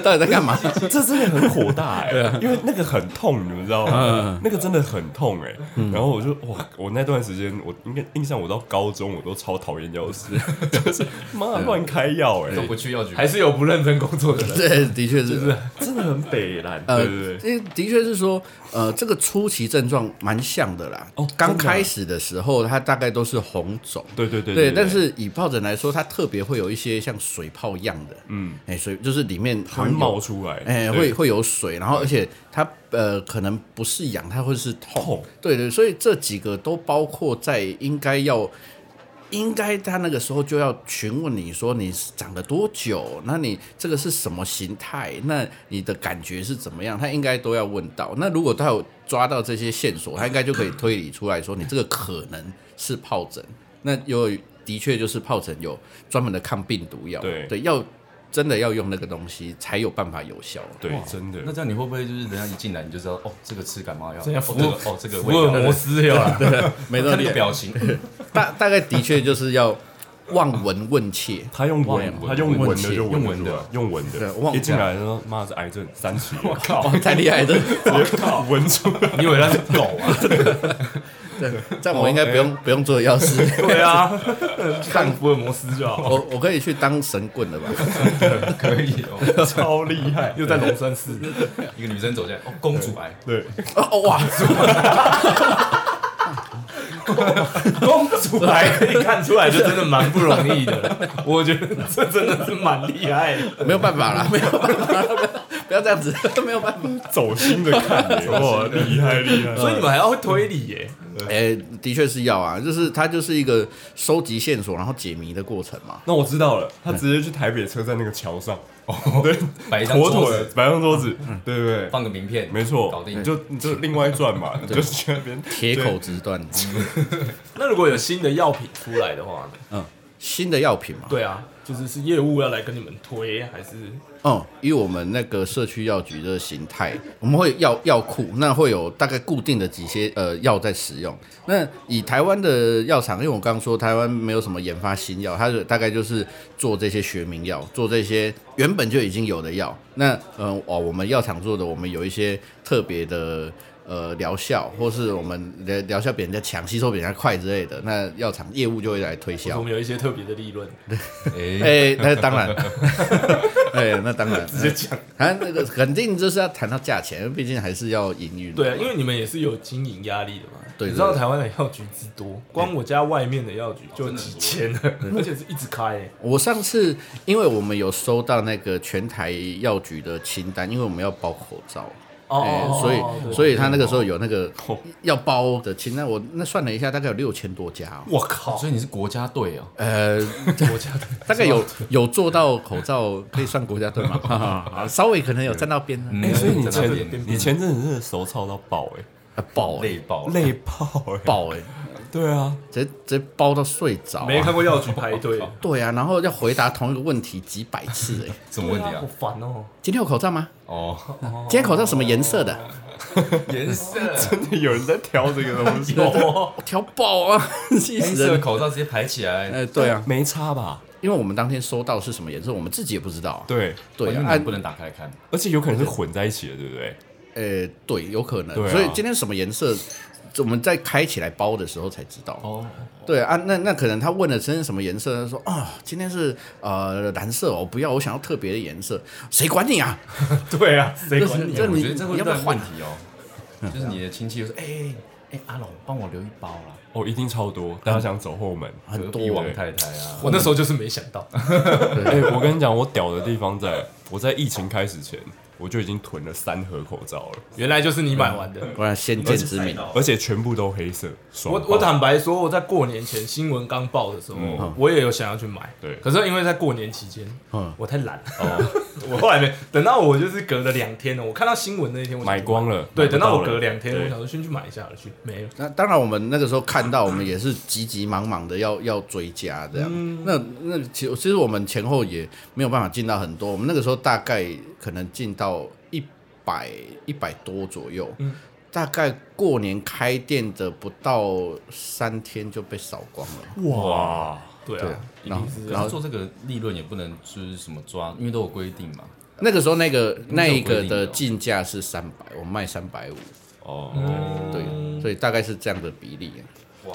[SPEAKER 4] 到底在干嘛？
[SPEAKER 1] 这真的很火大哎、因为那个很痛，你们知道吗？那个真的很痛哎、然后我就哇，我那段时间我应该印象，我到高中我都超讨厌药师，就是妈乱开药哎、
[SPEAKER 2] 都不去药局，
[SPEAKER 3] 还是有不认真工作的 人，
[SPEAKER 4] 对，的确是，
[SPEAKER 1] 真的很北蓝，
[SPEAKER 4] 呃，
[SPEAKER 1] 对对对，
[SPEAKER 4] 因为的确是说，呃，这个初期症状蛮像的啦。
[SPEAKER 1] 哦
[SPEAKER 4] 刚
[SPEAKER 1] 真的啊
[SPEAKER 4] 开始的时候，它大概都是红肿。
[SPEAKER 1] 对对对对
[SPEAKER 4] 对，但是以疱疹来说，它特别会有一些像水泡一样的，嗯，哎、水就是里面好
[SPEAKER 1] 它会
[SPEAKER 4] 像有
[SPEAKER 1] 冒，出来，
[SPEAKER 4] 哎、
[SPEAKER 1] 对
[SPEAKER 4] 会会有水，然后而且它呃可能不是痒，它会是痛，
[SPEAKER 1] 痛
[SPEAKER 4] 对对，所以这几个都包括在应该要。应该他那个时候就要询问你说你长了多久，那你这个是什么形态，那你的感觉是怎么样，他应该都要问到。那如果他有抓到这些线索，他应该就可以推理出来说你这个可能是疱疹。那有的确就是疱疹有专门的抗病毒药，
[SPEAKER 1] 对
[SPEAKER 4] 对，要真的要用那个东西才有办法有效。
[SPEAKER 1] 对，真的
[SPEAKER 2] 那这样你会不会就是人家一进来你就知道哦，这个吃感冒药，
[SPEAKER 3] 这样福
[SPEAKER 2] 哦这个哦这个
[SPEAKER 3] 福
[SPEAKER 2] 味道
[SPEAKER 3] 尔摩斯有啦，
[SPEAKER 4] 没
[SPEAKER 2] 看那
[SPEAKER 4] 道理
[SPEAKER 2] 个，表情，
[SPEAKER 4] 大大概的确就是要望闻问切。
[SPEAKER 1] 他用
[SPEAKER 4] 哎
[SPEAKER 1] 闻，他用
[SPEAKER 4] 闻
[SPEAKER 1] 闻
[SPEAKER 4] 气
[SPEAKER 1] 的就
[SPEAKER 2] 用
[SPEAKER 1] 闻
[SPEAKER 2] 闻的
[SPEAKER 1] 的，用闻
[SPEAKER 4] 对
[SPEAKER 1] 的
[SPEAKER 4] 忘，
[SPEAKER 1] 一
[SPEAKER 4] 记
[SPEAKER 1] 进
[SPEAKER 4] 了
[SPEAKER 1] 来就说妈是癌症三期，我
[SPEAKER 4] 哇，太厉害了！
[SPEAKER 1] 闻出来，
[SPEAKER 3] 你以为他是狗 啊？
[SPEAKER 4] 这样我应该不用不用做药师，
[SPEAKER 3] 对啊，看福尔摩斯就 好，
[SPEAKER 4] 我我可以去当神棍了吧？
[SPEAKER 2] 可以 哦。
[SPEAKER 3] 超厉害，又在龙山寺，
[SPEAKER 2] 一个女生走进来，哦，公主癌，
[SPEAKER 1] 对，
[SPEAKER 4] 哦哦哇，
[SPEAKER 3] 公主还 可以看出来，就真的蛮不容易的。我觉得这真的是蛮厉害的。
[SPEAKER 4] 没有办法啦，没有办法啦，不要这样子，没有办法。
[SPEAKER 1] 走心的看你，哇，厉害厉 害，
[SPEAKER 3] 所以你们还要会推理耶、
[SPEAKER 4] 哎，的确是要啊，就是它就是一个收集线索然后解谜的过程嘛。
[SPEAKER 1] 那我知道了，他直接去台北车站那个桥上， 对，
[SPEAKER 2] 嗯哦摆一张
[SPEAKER 1] 妥妥
[SPEAKER 2] 桌
[SPEAKER 1] 的
[SPEAKER 2] 子，
[SPEAKER 1] 摆张桌子，对对对，
[SPEAKER 2] 放个名片，
[SPEAKER 1] 没错，
[SPEAKER 2] 搞定
[SPEAKER 1] 你。就你就另外转嘛，你 就去那边
[SPEAKER 4] 铁口直断，嗯
[SPEAKER 3] 那如果有新的药品出来的话呢？
[SPEAKER 4] 新的药品嘛。
[SPEAKER 3] 对啊，就是是业务要来跟你们推，还是
[SPEAKER 4] 哦，以我们那个社区药局的形态，我们会有药药库，那会有大概固定的几些呃药在使用。那以台湾的药厂，因为我刚刚说台湾没有什么研发新药，它的大概就是做这些学名药，做这些原本就已经有的药。那呃哦，我们药厂做的，我们有一些特别的。呃，疗效或是我们疗疗效比人家强，吸收比人家快之类的，那药厂业务就会来推销
[SPEAKER 3] 我。们有一些特别的利润？
[SPEAKER 2] 哎，
[SPEAKER 4] 哎、那当然， 哎、那当然，直
[SPEAKER 3] 直接讲
[SPEAKER 4] 他那个肯定就是要谈到价钱，毕竟还是要营运。
[SPEAKER 3] 对啊，因为你们也是有经营压力的嘛。
[SPEAKER 4] 对对
[SPEAKER 3] 你知道台湾的药局之多，光我家外面的药局就几千
[SPEAKER 4] 哦
[SPEAKER 3] 了，而且是一直开、欸。
[SPEAKER 4] 我上次因为我们有收到那个全台药局的清单，因为我们要包口罩，
[SPEAKER 3] 哦
[SPEAKER 4] 哎
[SPEAKER 3] 哦，
[SPEAKER 4] 所以所
[SPEAKER 3] 以
[SPEAKER 4] 以他那个时候有那个要包的清单，我那算了一下，大概有六千多家、哦。
[SPEAKER 3] 我靠，
[SPEAKER 2] 所以你是国家队哦，
[SPEAKER 4] 呃，
[SPEAKER 3] 国家的
[SPEAKER 4] 大概有有做到口罩可以算国家队 吗哈哈哈？稍微可能有站到边
[SPEAKER 3] 嗯
[SPEAKER 4] 啊
[SPEAKER 1] 哎，所以你
[SPEAKER 2] 站在
[SPEAKER 1] 前
[SPEAKER 2] 边
[SPEAKER 1] 你前阵子真的手操到爆哎，
[SPEAKER 4] 啊，爆哎、
[SPEAKER 2] 哦累爆了，
[SPEAKER 1] 累爆 哎，
[SPEAKER 4] 爆哎、
[SPEAKER 1] 对啊，
[SPEAKER 4] 直接直接包到睡着、啊。
[SPEAKER 3] 没看过药局排队，
[SPEAKER 4] 对啊，然后要回答同一个问题几百次 哎、
[SPEAKER 2] 什么问题
[SPEAKER 3] 对好
[SPEAKER 2] 啊？
[SPEAKER 3] 烦哦、
[SPEAKER 4] 今天有口罩吗？
[SPEAKER 2] 哦，
[SPEAKER 4] 今天口罩什么颜色的？
[SPEAKER 2] 颜 色，
[SPEAKER 1] 真的 有人在挑这个东西，
[SPEAKER 3] 有
[SPEAKER 4] 我调爆啊， 气
[SPEAKER 2] 黑
[SPEAKER 4] 死
[SPEAKER 2] 色
[SPEAKER 4] 人！
[SPEAKER 2] 口罩直接排起来，
[SPEAKER 4] 哎，对啊，
[SPEAKER 1] 没差吧？
[SPEAKER 4] 因为我们当天收到是什么颜色，我们自己也不知道啊。
[SPEAKER 1] 对，
[SPEAKER 4] 对
[SPEAKER 2] 因
[SPEAKER 4] 啊，
[SPEAKER 2] 为
[SPEAKER 4] 啊
[SPEAKER 2] 哦你不能打开来看，
[SPEAKER 1] 而且有可能是混在一起的，对不对？
[SPEAKER 4] 呃，对，有可能
[SPEAKER 1] 对啊。
[SPEAKER 4] 所以今天什么颜色，我们在开起来包的时候才知道。
[SPEAKER 2] 哦，
[SPEAKER 4] 对啊，那那可能他问了今天什么颜色，他说哦，今天是呃蓝色哦，不要，我想要特别的颜色。谁管你啊？
[SPEAKER 3] 对啊，谁管你啊？
[SPEAKER 4] 这
[SPEAKER 2] 我
[SPEAKER 4] 你
[SPEAKER 2] 觉得这会
[SPEAKER 4] 你要不要
[SPEAKER 2] 问
[SPEAKER 4] 换
[SPEAKER 2] 问？题哦，就是你的亲戚就说，哎哎阿龙，帮我留一包啦，
[SPEAKER 1] 哦，一定超多，大家想走后门。
[SPEAKER 4] 很
[SPEAKER 2] 隔壁
[SPEAKER 4] 多
[SPEAKER 2] 王太太啊，
[SPEAKER 3] 我那时候就是没想到，
[SPEAKER 1] 哎、我跟你讲，我屌的地方在，我在疫情开始前，我就已经囤了三盒口罩了，
[SPEAKER 3] 原来就是你买完的。
[SPEAKER 4] 果然先见之明。
[SPEAKER 2] 哦
[SPEAKER 1] 而且全部都黑色。爽
[SPEAKER 3] 我
[SPEAKER 1] 爆
[SPEAKER 3] 我坦白说，我在过年前新闻刚报的时候，我也有想要去买，
[SPEAKER 1] 对
[SPEAKER 3] 可是因为在过年期间，
[SPEAKER 4] 嗯哦
[SPEAKER 3] 我太懒了，我后来没等到我就是隔了两天了，我看到新闻那一天，我想
[SPEAKER 1] 买光了，
[SPEAKER 3] 对，
[SPEAKER 1] 买不
[SPEAKER 3] 等到我
[SPEAKER 1] 了
[SPEAKER 3] 隔两天，
[SPEAKER 1] 对
[SPEAKER 3] 我想说先去买一下了，去没有，
[SPEAKER 4] 那当然，我们那个时候看到，我们也是急急忙忙的要 要追加这样。那那其实其实我们前后也没有办法进到很多，我们那个时候大概可能进到一百一百多左右，大概过年开店的不到三天就被扫光了。
[SPEAKER 1] 哇，
[SPEAKER 3] 对
[SPEAKER 4] 对哦
[SPEAKER 3] 啊，一
[SPEAKER 4] 然后
[SPEAKER 3] 定是这
[SPEAKER 4] 然
[SPEAKER 2] 然
[SPEAKER 4] 后
[SPEAKER 2] 后做这个利润也不能就是什么抓，因为都有规定嘛。
[SPEAKER 4] 那个时候那个
[SPEAKER 2] 那
[SPEAKER 4] 那
[SPEAKER 2] 有
[SPEAKER 4] 一
[SPEAKER 2] 规
[SPEAKER 4] 个
[SPEAKER 2] 定的
[SPEAKER 4] 的
[SPEAKER 2] 哦
[SPEAKER 4] 进价是三百，我卖三百五，
[SPEAKER 2] 嗯
[SPEAKER 1] 哦，
[SPEAKER 4] 嗯对，
[SPEAKER 3] 嗯
[SPEAKER 4] 所以大概是这样的比例、啊。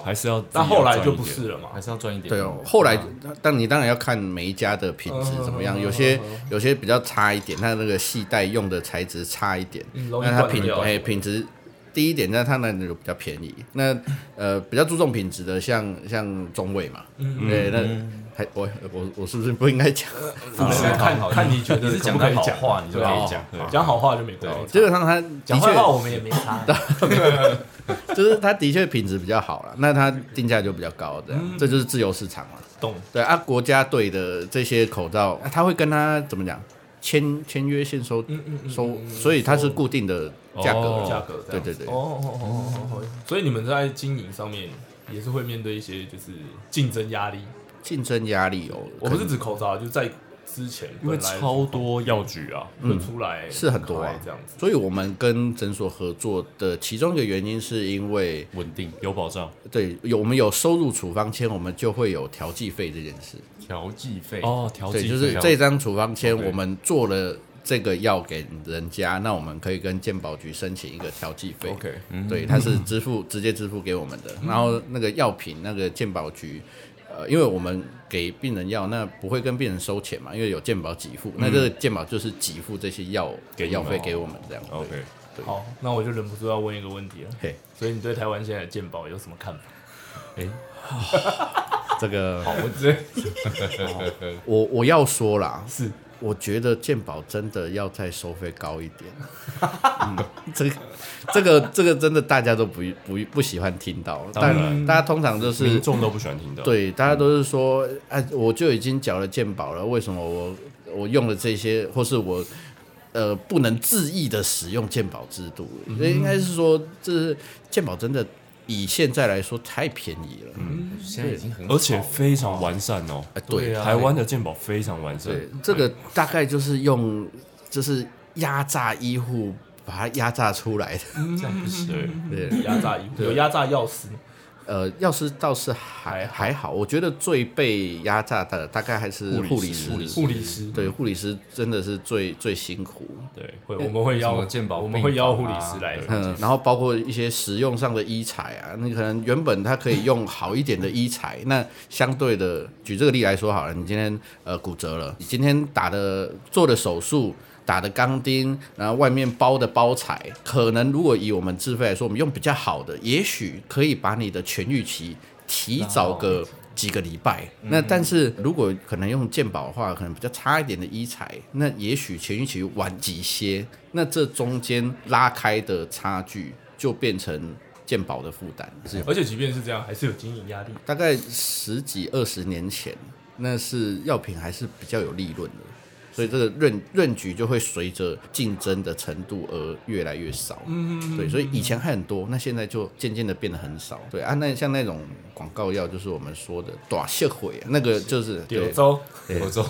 [SPEAKER 1] 还是要，
[SPEAKER 3] 那后来就不是了嘛
[SPEAKER 2] 还。是要赚一点。
[SPEAKER 4] 对哦，后
[SPEAKER 3] 啊
[SPEAKER 4] 来，但你当然要看每一家的品质怎么
[SPEAKER 3] 嗯
[SPEAKER 4] 样，有些有些比较差一点，它那个系带用的材质差一点，
[SPEAKER 3] 嗯容易
[SPEAKER 4] 那它
[SPEAKER 3] 断
[SPEAKER 4] 品
[SPEAKER 3] 掉
[SPEAKER 4] 哎品质低一点，那它那里就比较便宜。那呃比较注重品质的，像像中卫嘛，
[SPEAKER 3] 嗯
[SPEAKER 4] 对，那还我我我是不是不应该讲？
[SPEAKER 2] 不是看好，看你觉得
[SPEAKER 3] 你是
[SPEAKER 2] 讲
[SPEAKER 3] 讲他
[SPEAKER 2] 他好
[SPEAKER 3] 好
[SPEAKER 2] 话，
[SPEAKER 3] 话，
[SPEAKER 2] 你
[SPEAKER 3] 你
[SPEAKER 2] 就
[SPEAKER 3] 就
[SPEAKER 2] 可
[SPEAKER 3] 可
[SPEAKER 2] 以
[SPEAKER 3] 以
[SPEAKER 2] 讲。
[SPEAKER 3] 讲；讲好话就没关系。
[SPEAKER 4] 基本上它
[SPEAKER 3] 讲
[SPEAKER 4] 啊的
[SPEAKER 3] 坏话
[SPEAKER 4] 确
[SPEAKER 3] 我们也没 差。
[SPEAKER 4] 就是它的确品质比较好了，那它定价就比较高，这样这就是自由市场嘛。
[SPEAKER 3] 嗯懂？
[SPEAKER 4] 对啊，国家队的这些口罩，啊他会跟他怎么讲？签签约现收
[SPEAKER 3] 嗯嗯嗯
[SPEAKER 4] 收
[SPEAKER 3] 嗯，
[SPEAKER 4] 所以它是固定的价格
[SPEAKER 1] 哦。
[SPEAKER 3] 价格这
[SPEAKER 4] 对
[SPEAKER 3] 样
[SPEAKER 4] 对
[SPEAKER 3] 子
[SPEAKER 4] 对
[SPEAKER 3] 哦，哦哦哦哦哦，所以你们在经营上面也是会面对一些就是竞争压力。
[SPEAKER 4] 竞争压力哦，
[SPEAKER 3] 我不
[SPEAKER 4] 可
[SPEAKER 3] 是
[SPEAKER 4] 能
[SPEAKER 3] 指口罩，就在之前
[SPEAKER 1] 因为
[SPEAKER 3] 本来
[SPEAKER 1] 超多药局啊，
[SPEAKER 3] 会出来
[SPEAKER 4] 是很多
[SPEAKER 3] 开
[SPEAKER 4] 啊
[SPEAKER 3] 这样子。
[SPEAKER 4] 所以我们跟诊所合作的其中一个原因是因为
[SPEAKER 2] 稳定
[SPEAKER 1] 有保障
[SPEAKER 4] 对有我们有收入处方签，我们就会有调剂费这件事。
[SPEAKER 2] 调剂费
[SPEAKER 1] 哦，调
[SPEAKER 4] 对，
[SPEAKER 1] 剂
[SPEAKER 4] 就是
[SPEAKER 1] 费
[SPEAKER 4] 这张处方签，
[SPEAKER 2] OK
[SPEAKER 4] 我们做了这个药给人家，那我们可以跟健保局申请一个调剂费。
[SPEAKER 1] OK，
[SPEAKER 4] 对，它是支付直接支付给我们的。
[SPEAKER 1] 嗯
[SPEAKER 4] 然后那个药品那个健保局，呃，因为我们给病人药，那不会跟病人收钱嘛，因为有健保给付，那这个健保就是给付这些药
[SPEAKER 1] 嗯给
[SPEAKER 4] 给
[SPEAKER 1] 你
[SPEAKER 4] 药
[SPEAKER 1] 们
[SPEAKER 4] 费
[SPEAKER 1] 哦
[SPEAKER 4] 给我们这样。对
[SPEAKER 1] ，OK，
[SPEAKER 3] 好，那我就忍不住要问一个问题了。
[SPEAKER 4] 嘿，
[SPEAKER 3] 所以你对台湾现在的健保有什么看法？
[SPEAKER 4] 这 个
[SPEAKER 2] 我直 接
[SPEAKER 4] 我我要说啦，
[SPEAKER 3] 是
[SPEAKER 4] 我觉得健保真的要再收费高一 点。嗯，这个这个这个真的大家都不不不喜欢听到，
[SPEAKER 1] 当然
[SPEAKER 4] 但大家通常就是
[SPEAKER 1] 民众都不喜欢听到，，
[SPEAKER 4] 对，大家都是说，哎、我就已经缴了健保了，为什么我我用了这些，或是我呃不能恣意的使用健保制度？所以应该是说，这健保真的以现在来说太便宜了。嗯，
[SPEAKER 2] 现在已经很好，
[SPEAKER 1] 而且非常完善哦，
[SPEAKER 4] 哎、对
[SPEAKER 3] 对啊
[SPEAKER 1] 台湾的健保非常完善
[SPEAKER 4] 对，，这个大概就是用就是压榨医护把它压榨出来的。
[SPEAKER 2] 这样不行。
[SPEAKER 1] 对，
[SPEAKER 4] 对，
[SPEAKER 3] 压榨医有压榨药师吗，
[SPEAKER 4] 呃，药师倒是还还好，我觉得最被压榨的大概还是护理师。
[SPEAKER 3] 护理师
[SPEAKER 4] 对，护理师真的是最最辛苦，
[SPEAKER 1] 对，
[SPEAKER 3] 会我们会
[SPEAKER 2] 什
[SPEAKER 3] 邀
[SPEAKER 2] 么健保
[SPEAKER 3] 我们会邀护
[SPEAKER 2] 病
[SPEAKER 3] 理
[SPEAKER 2] 房啊
[SPEAKER 3] 师来
[SPEAKER 1] 对
[SPEAKER 4] 嗯，然后包括一些实用上的医材啊，那可能原本它可以用好一点的医材，那相对的，举这个例来说好了，你今天呃骨折了，你今天打的做的手术。打的钢钉，然后外面包的包材，可能如果以我们自费来说，我们用比较好的，也许可以把你的痊愈期提早个几个礼拜。那但是如果可能用健保的话，可能比较差一点的医材，那也许痊愈期晚几些，那这中间拉开的差距就变成健保的负担。是有
[SPEAKER 3] 而且即便是这样，还是有经营压力。
[SPEAKER 4] 大概十几二十年前，那是药品还是比较有利润的。所以这个润润局就会随着竞争的程度而越来越少，嗯，对，所以以前还很多，那现在就渐渐的变得很少，对啊，那像那种广告药就是我们说的短线毁，那个就是
[SPEAKER 3] 柳
[SPEAKER 4] 对
[SPEAKER 3] 州
[SPEAKER 2] 我说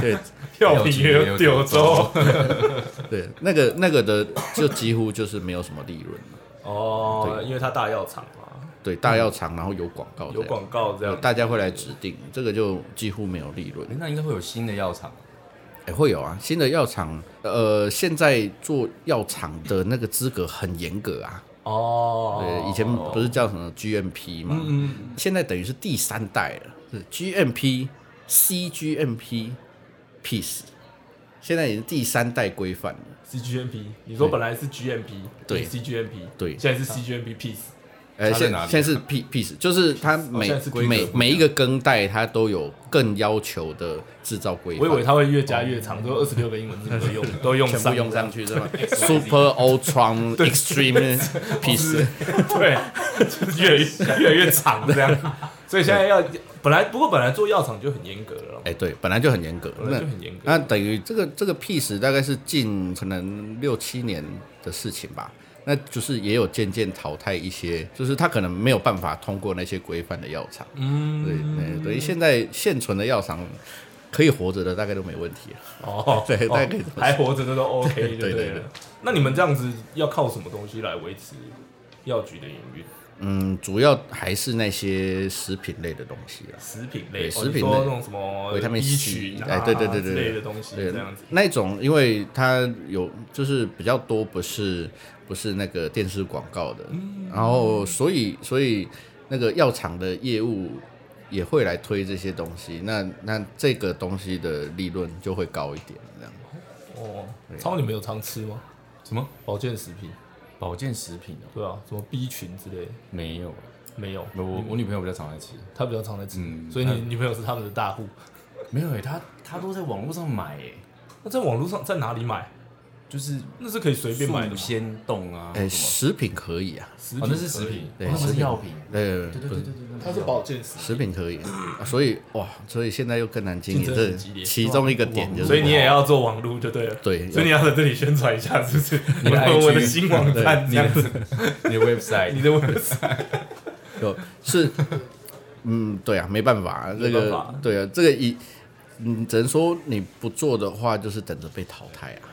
[SPEAKER 4] 对
[SPEAKER 3] 药品也有柳州
[SPEAKER 4] 对，那个那个的就几乎就是没有什么利润了，
[SPEAKER 3] 哦，因为他大药厂嘛，
[SPEAKER 4] 对，大药厂然后有广告这
[SPEAKER 3] 有
[SPEAKER 4] 样，
[SPEAKER 3] 广告这样。
[SPEAKER 4] 大家会来指定，这个就几乎没有利润。
[SPEAKER 2] 诶那应该会有新的药厂，啊
[SPEAKER 4] 哎、会有啊，新的药厂，呃，现在做药厂的那个资格很严格啊。
[SPEAKER 3] 哦，
[SPEAKER 4] 对，以前不是叫什么 GMP 吗？
[SPEAKER 3] 嗯，
[SPEAKER 4] 现在等于是第三代了，是 GMP、CGMP、PEACE，现在已经第三代规范了。
[SPEAKER 3] CGMP，你说本来是 GMP，
[SPEAKER 4] 对
[SPEAKER 3] ，CGMP，
[SPEAKER 4] 对
[SPEAKER 3] 现在是 CGMP piece，
[SPEAKER 4] 呃，
[SPEAKER 2] 差在
[SPEAKER 4] 现
[SPEAKER 2] 哪里
[SPEAKER 4] 现在是 P PEACE，就是它每、
[SPEAKER 3] 啊哦现在是规格
[SPEAKER 4] 每
[SPEAKER 3] 不一样
[SPEAKER 4] 每一个更代它都有更要求的制造规
[SPEAKER 3] 我
[SPEAKER 4] 范
[SPEAKER 3] 以。为他会越加越长，都二十六个英文字都用都用
[SPEAKER 4] 全部用上
[SPEAKER 3] 去，
[SPEAKER 4] 去 是吗？Super Ultra
[SPEAKER 3] 哦
[SPEAKER 4] Extreme Piece，
[SPEAKER 3] 对，就是越来越越来越长这样。所以现在要本来不过本来做药厂就很严格了，
[SPEAKER 4] 哎、对，本来就很严格，
[SPEAKER 3] 本来就很严格
[SPEAKER 4] 那等于这个这个 piece 大概是近可能六七年的事情吧，那就是也有渐渐淘汰一些，就是他可能没有办哎法通过那些规范的药厂。嗯，对对对，现在现存的药厂可以活着的大概都没问题了。
[SPEAKER 3] 哦，
[SPEAKER 4] 对
[SPEAKER 3] 哦
[SPEAKER 4] 大概可以这么说
[SPEAKER 3] 还活着的都 OK 就
[SPEAKER 4] 对对
[SPEAKER 3] 了
[SPEAKER 4] 对。
[SPEAKER 3] 那你们这样子要靠什么东西来维持药局的营运？
[SPEAKER 4] 嗯，主要还是那些食品类的东西啦。
[SPEAKER 3] 食品类，
[SPEAKER 4] 对
[SPEAKER 3] 哦
[SPEAKER 4] 食品
[SPEAKER 3] 你
[SPEAKER 4] 类
[SPEAKER 3] 说那种什么
[SPEAKER 4] 维他命 C，
[SPEAKER 3] B 群啊
[SPEAKER 4] 哎对对对对
[SPEAKER 3] 之类的
[SPEAKER 4] 对
[SPEAKER 3] 东西
[SPEAKER 4] 对
[SPEAKER 3] 这样子，。
[SPEAKER 4] 那种因为它有就是比较多不是不是那个电视广告的，
[SPEAKER 3] 嗯
[SPEAKER 4] 然后所以所以那个药厂的业务也会来推这些东西，那那这个东西的利润就会高一点，这样。
[SPEAKER 3] 哦，超你们有常吃吗？
[SPEAKER 2] 什么
[SPEAKER 3] 保健食品，
[SPEAKER 2] 保健食品哦？
[SPEAKER 3] 对啊，什么 B 群之类的
[SPEAKER 2] 没有，啊
[SPEAKER 3] 没有，
[SPEAKER 2] 我我女朋友比较常来吃。
[SPEAKER 3] 他比较常在吃，
[SPEAKER 2] 嗯
[SPEAKER 3] 所以你
[SPEAKER 2] 那
[SPEAKER 3] 女朋友是他们的大户。
[SPEAKER 2] 没有哎，她她都在网络上买哎，
[SPEAKER 3] 那在网络上在哪里买？
[SPEAKER 2] 就是
[SPEAKER 3] 那是可以随便买的吗
[SPEAKER 2] 素鲜冻啊，
[SPEAKER 4] 哎、
[SPEAKER 2] 什么
[SPEAKER 4] 食品可以啊，
[SPEAKER 3] 食
[SPEAKER 2] 哦
[SPEAKER 3] 品
[SPEAKER 2] 那是食品，
[SPEAKER 4] 对
[SPEAKER 2] 哦那不
[SPEAKER 4] 食
[SPEAKER 2] 是
[SPEAKER 4] 品
[SPEAKER 2] 药品。
[SPEAKER 4] 对
[SPEAKER 2] 对对
[SPEAKER 4] 不
[SPEAKER 2] 对
[SPEAKER 4] 是
[SPEAKER 2] 对对对，
[SPEAKER 3] 它是保健食品，
[SPEAKER 4] 食品可以，啊所以哇，所以现在又更难经营，
[SPEAKER 3] 竞争
[SPEAKER 4] 这
[SPEAKER 3] 很激烈
[SPEAKER 4] 其中一个点就是，
[SPEAKER 3] 所以你也要做网络就对了。
[SPEAKER 4] 对
[SPEAKER 3] 所以你要在这里宣传一下，是不是？
[SPEAKER 2] 你的 IG
[SPEAKER 3] 我的新网站这样子，
[SPEAKER 2] 你的 website
[SPEAKER 3] 你的 website
[SPEAKER 4] 就是，嗯，对啊，没办法，这
[SPEAKER 3] 没办
[SPEAKER 4] 个
[SPEAKER 3] 法
[SPEAKER 4] 对啊，这个一，嗯，只能说你不做的话，就是等着被淘汰啊。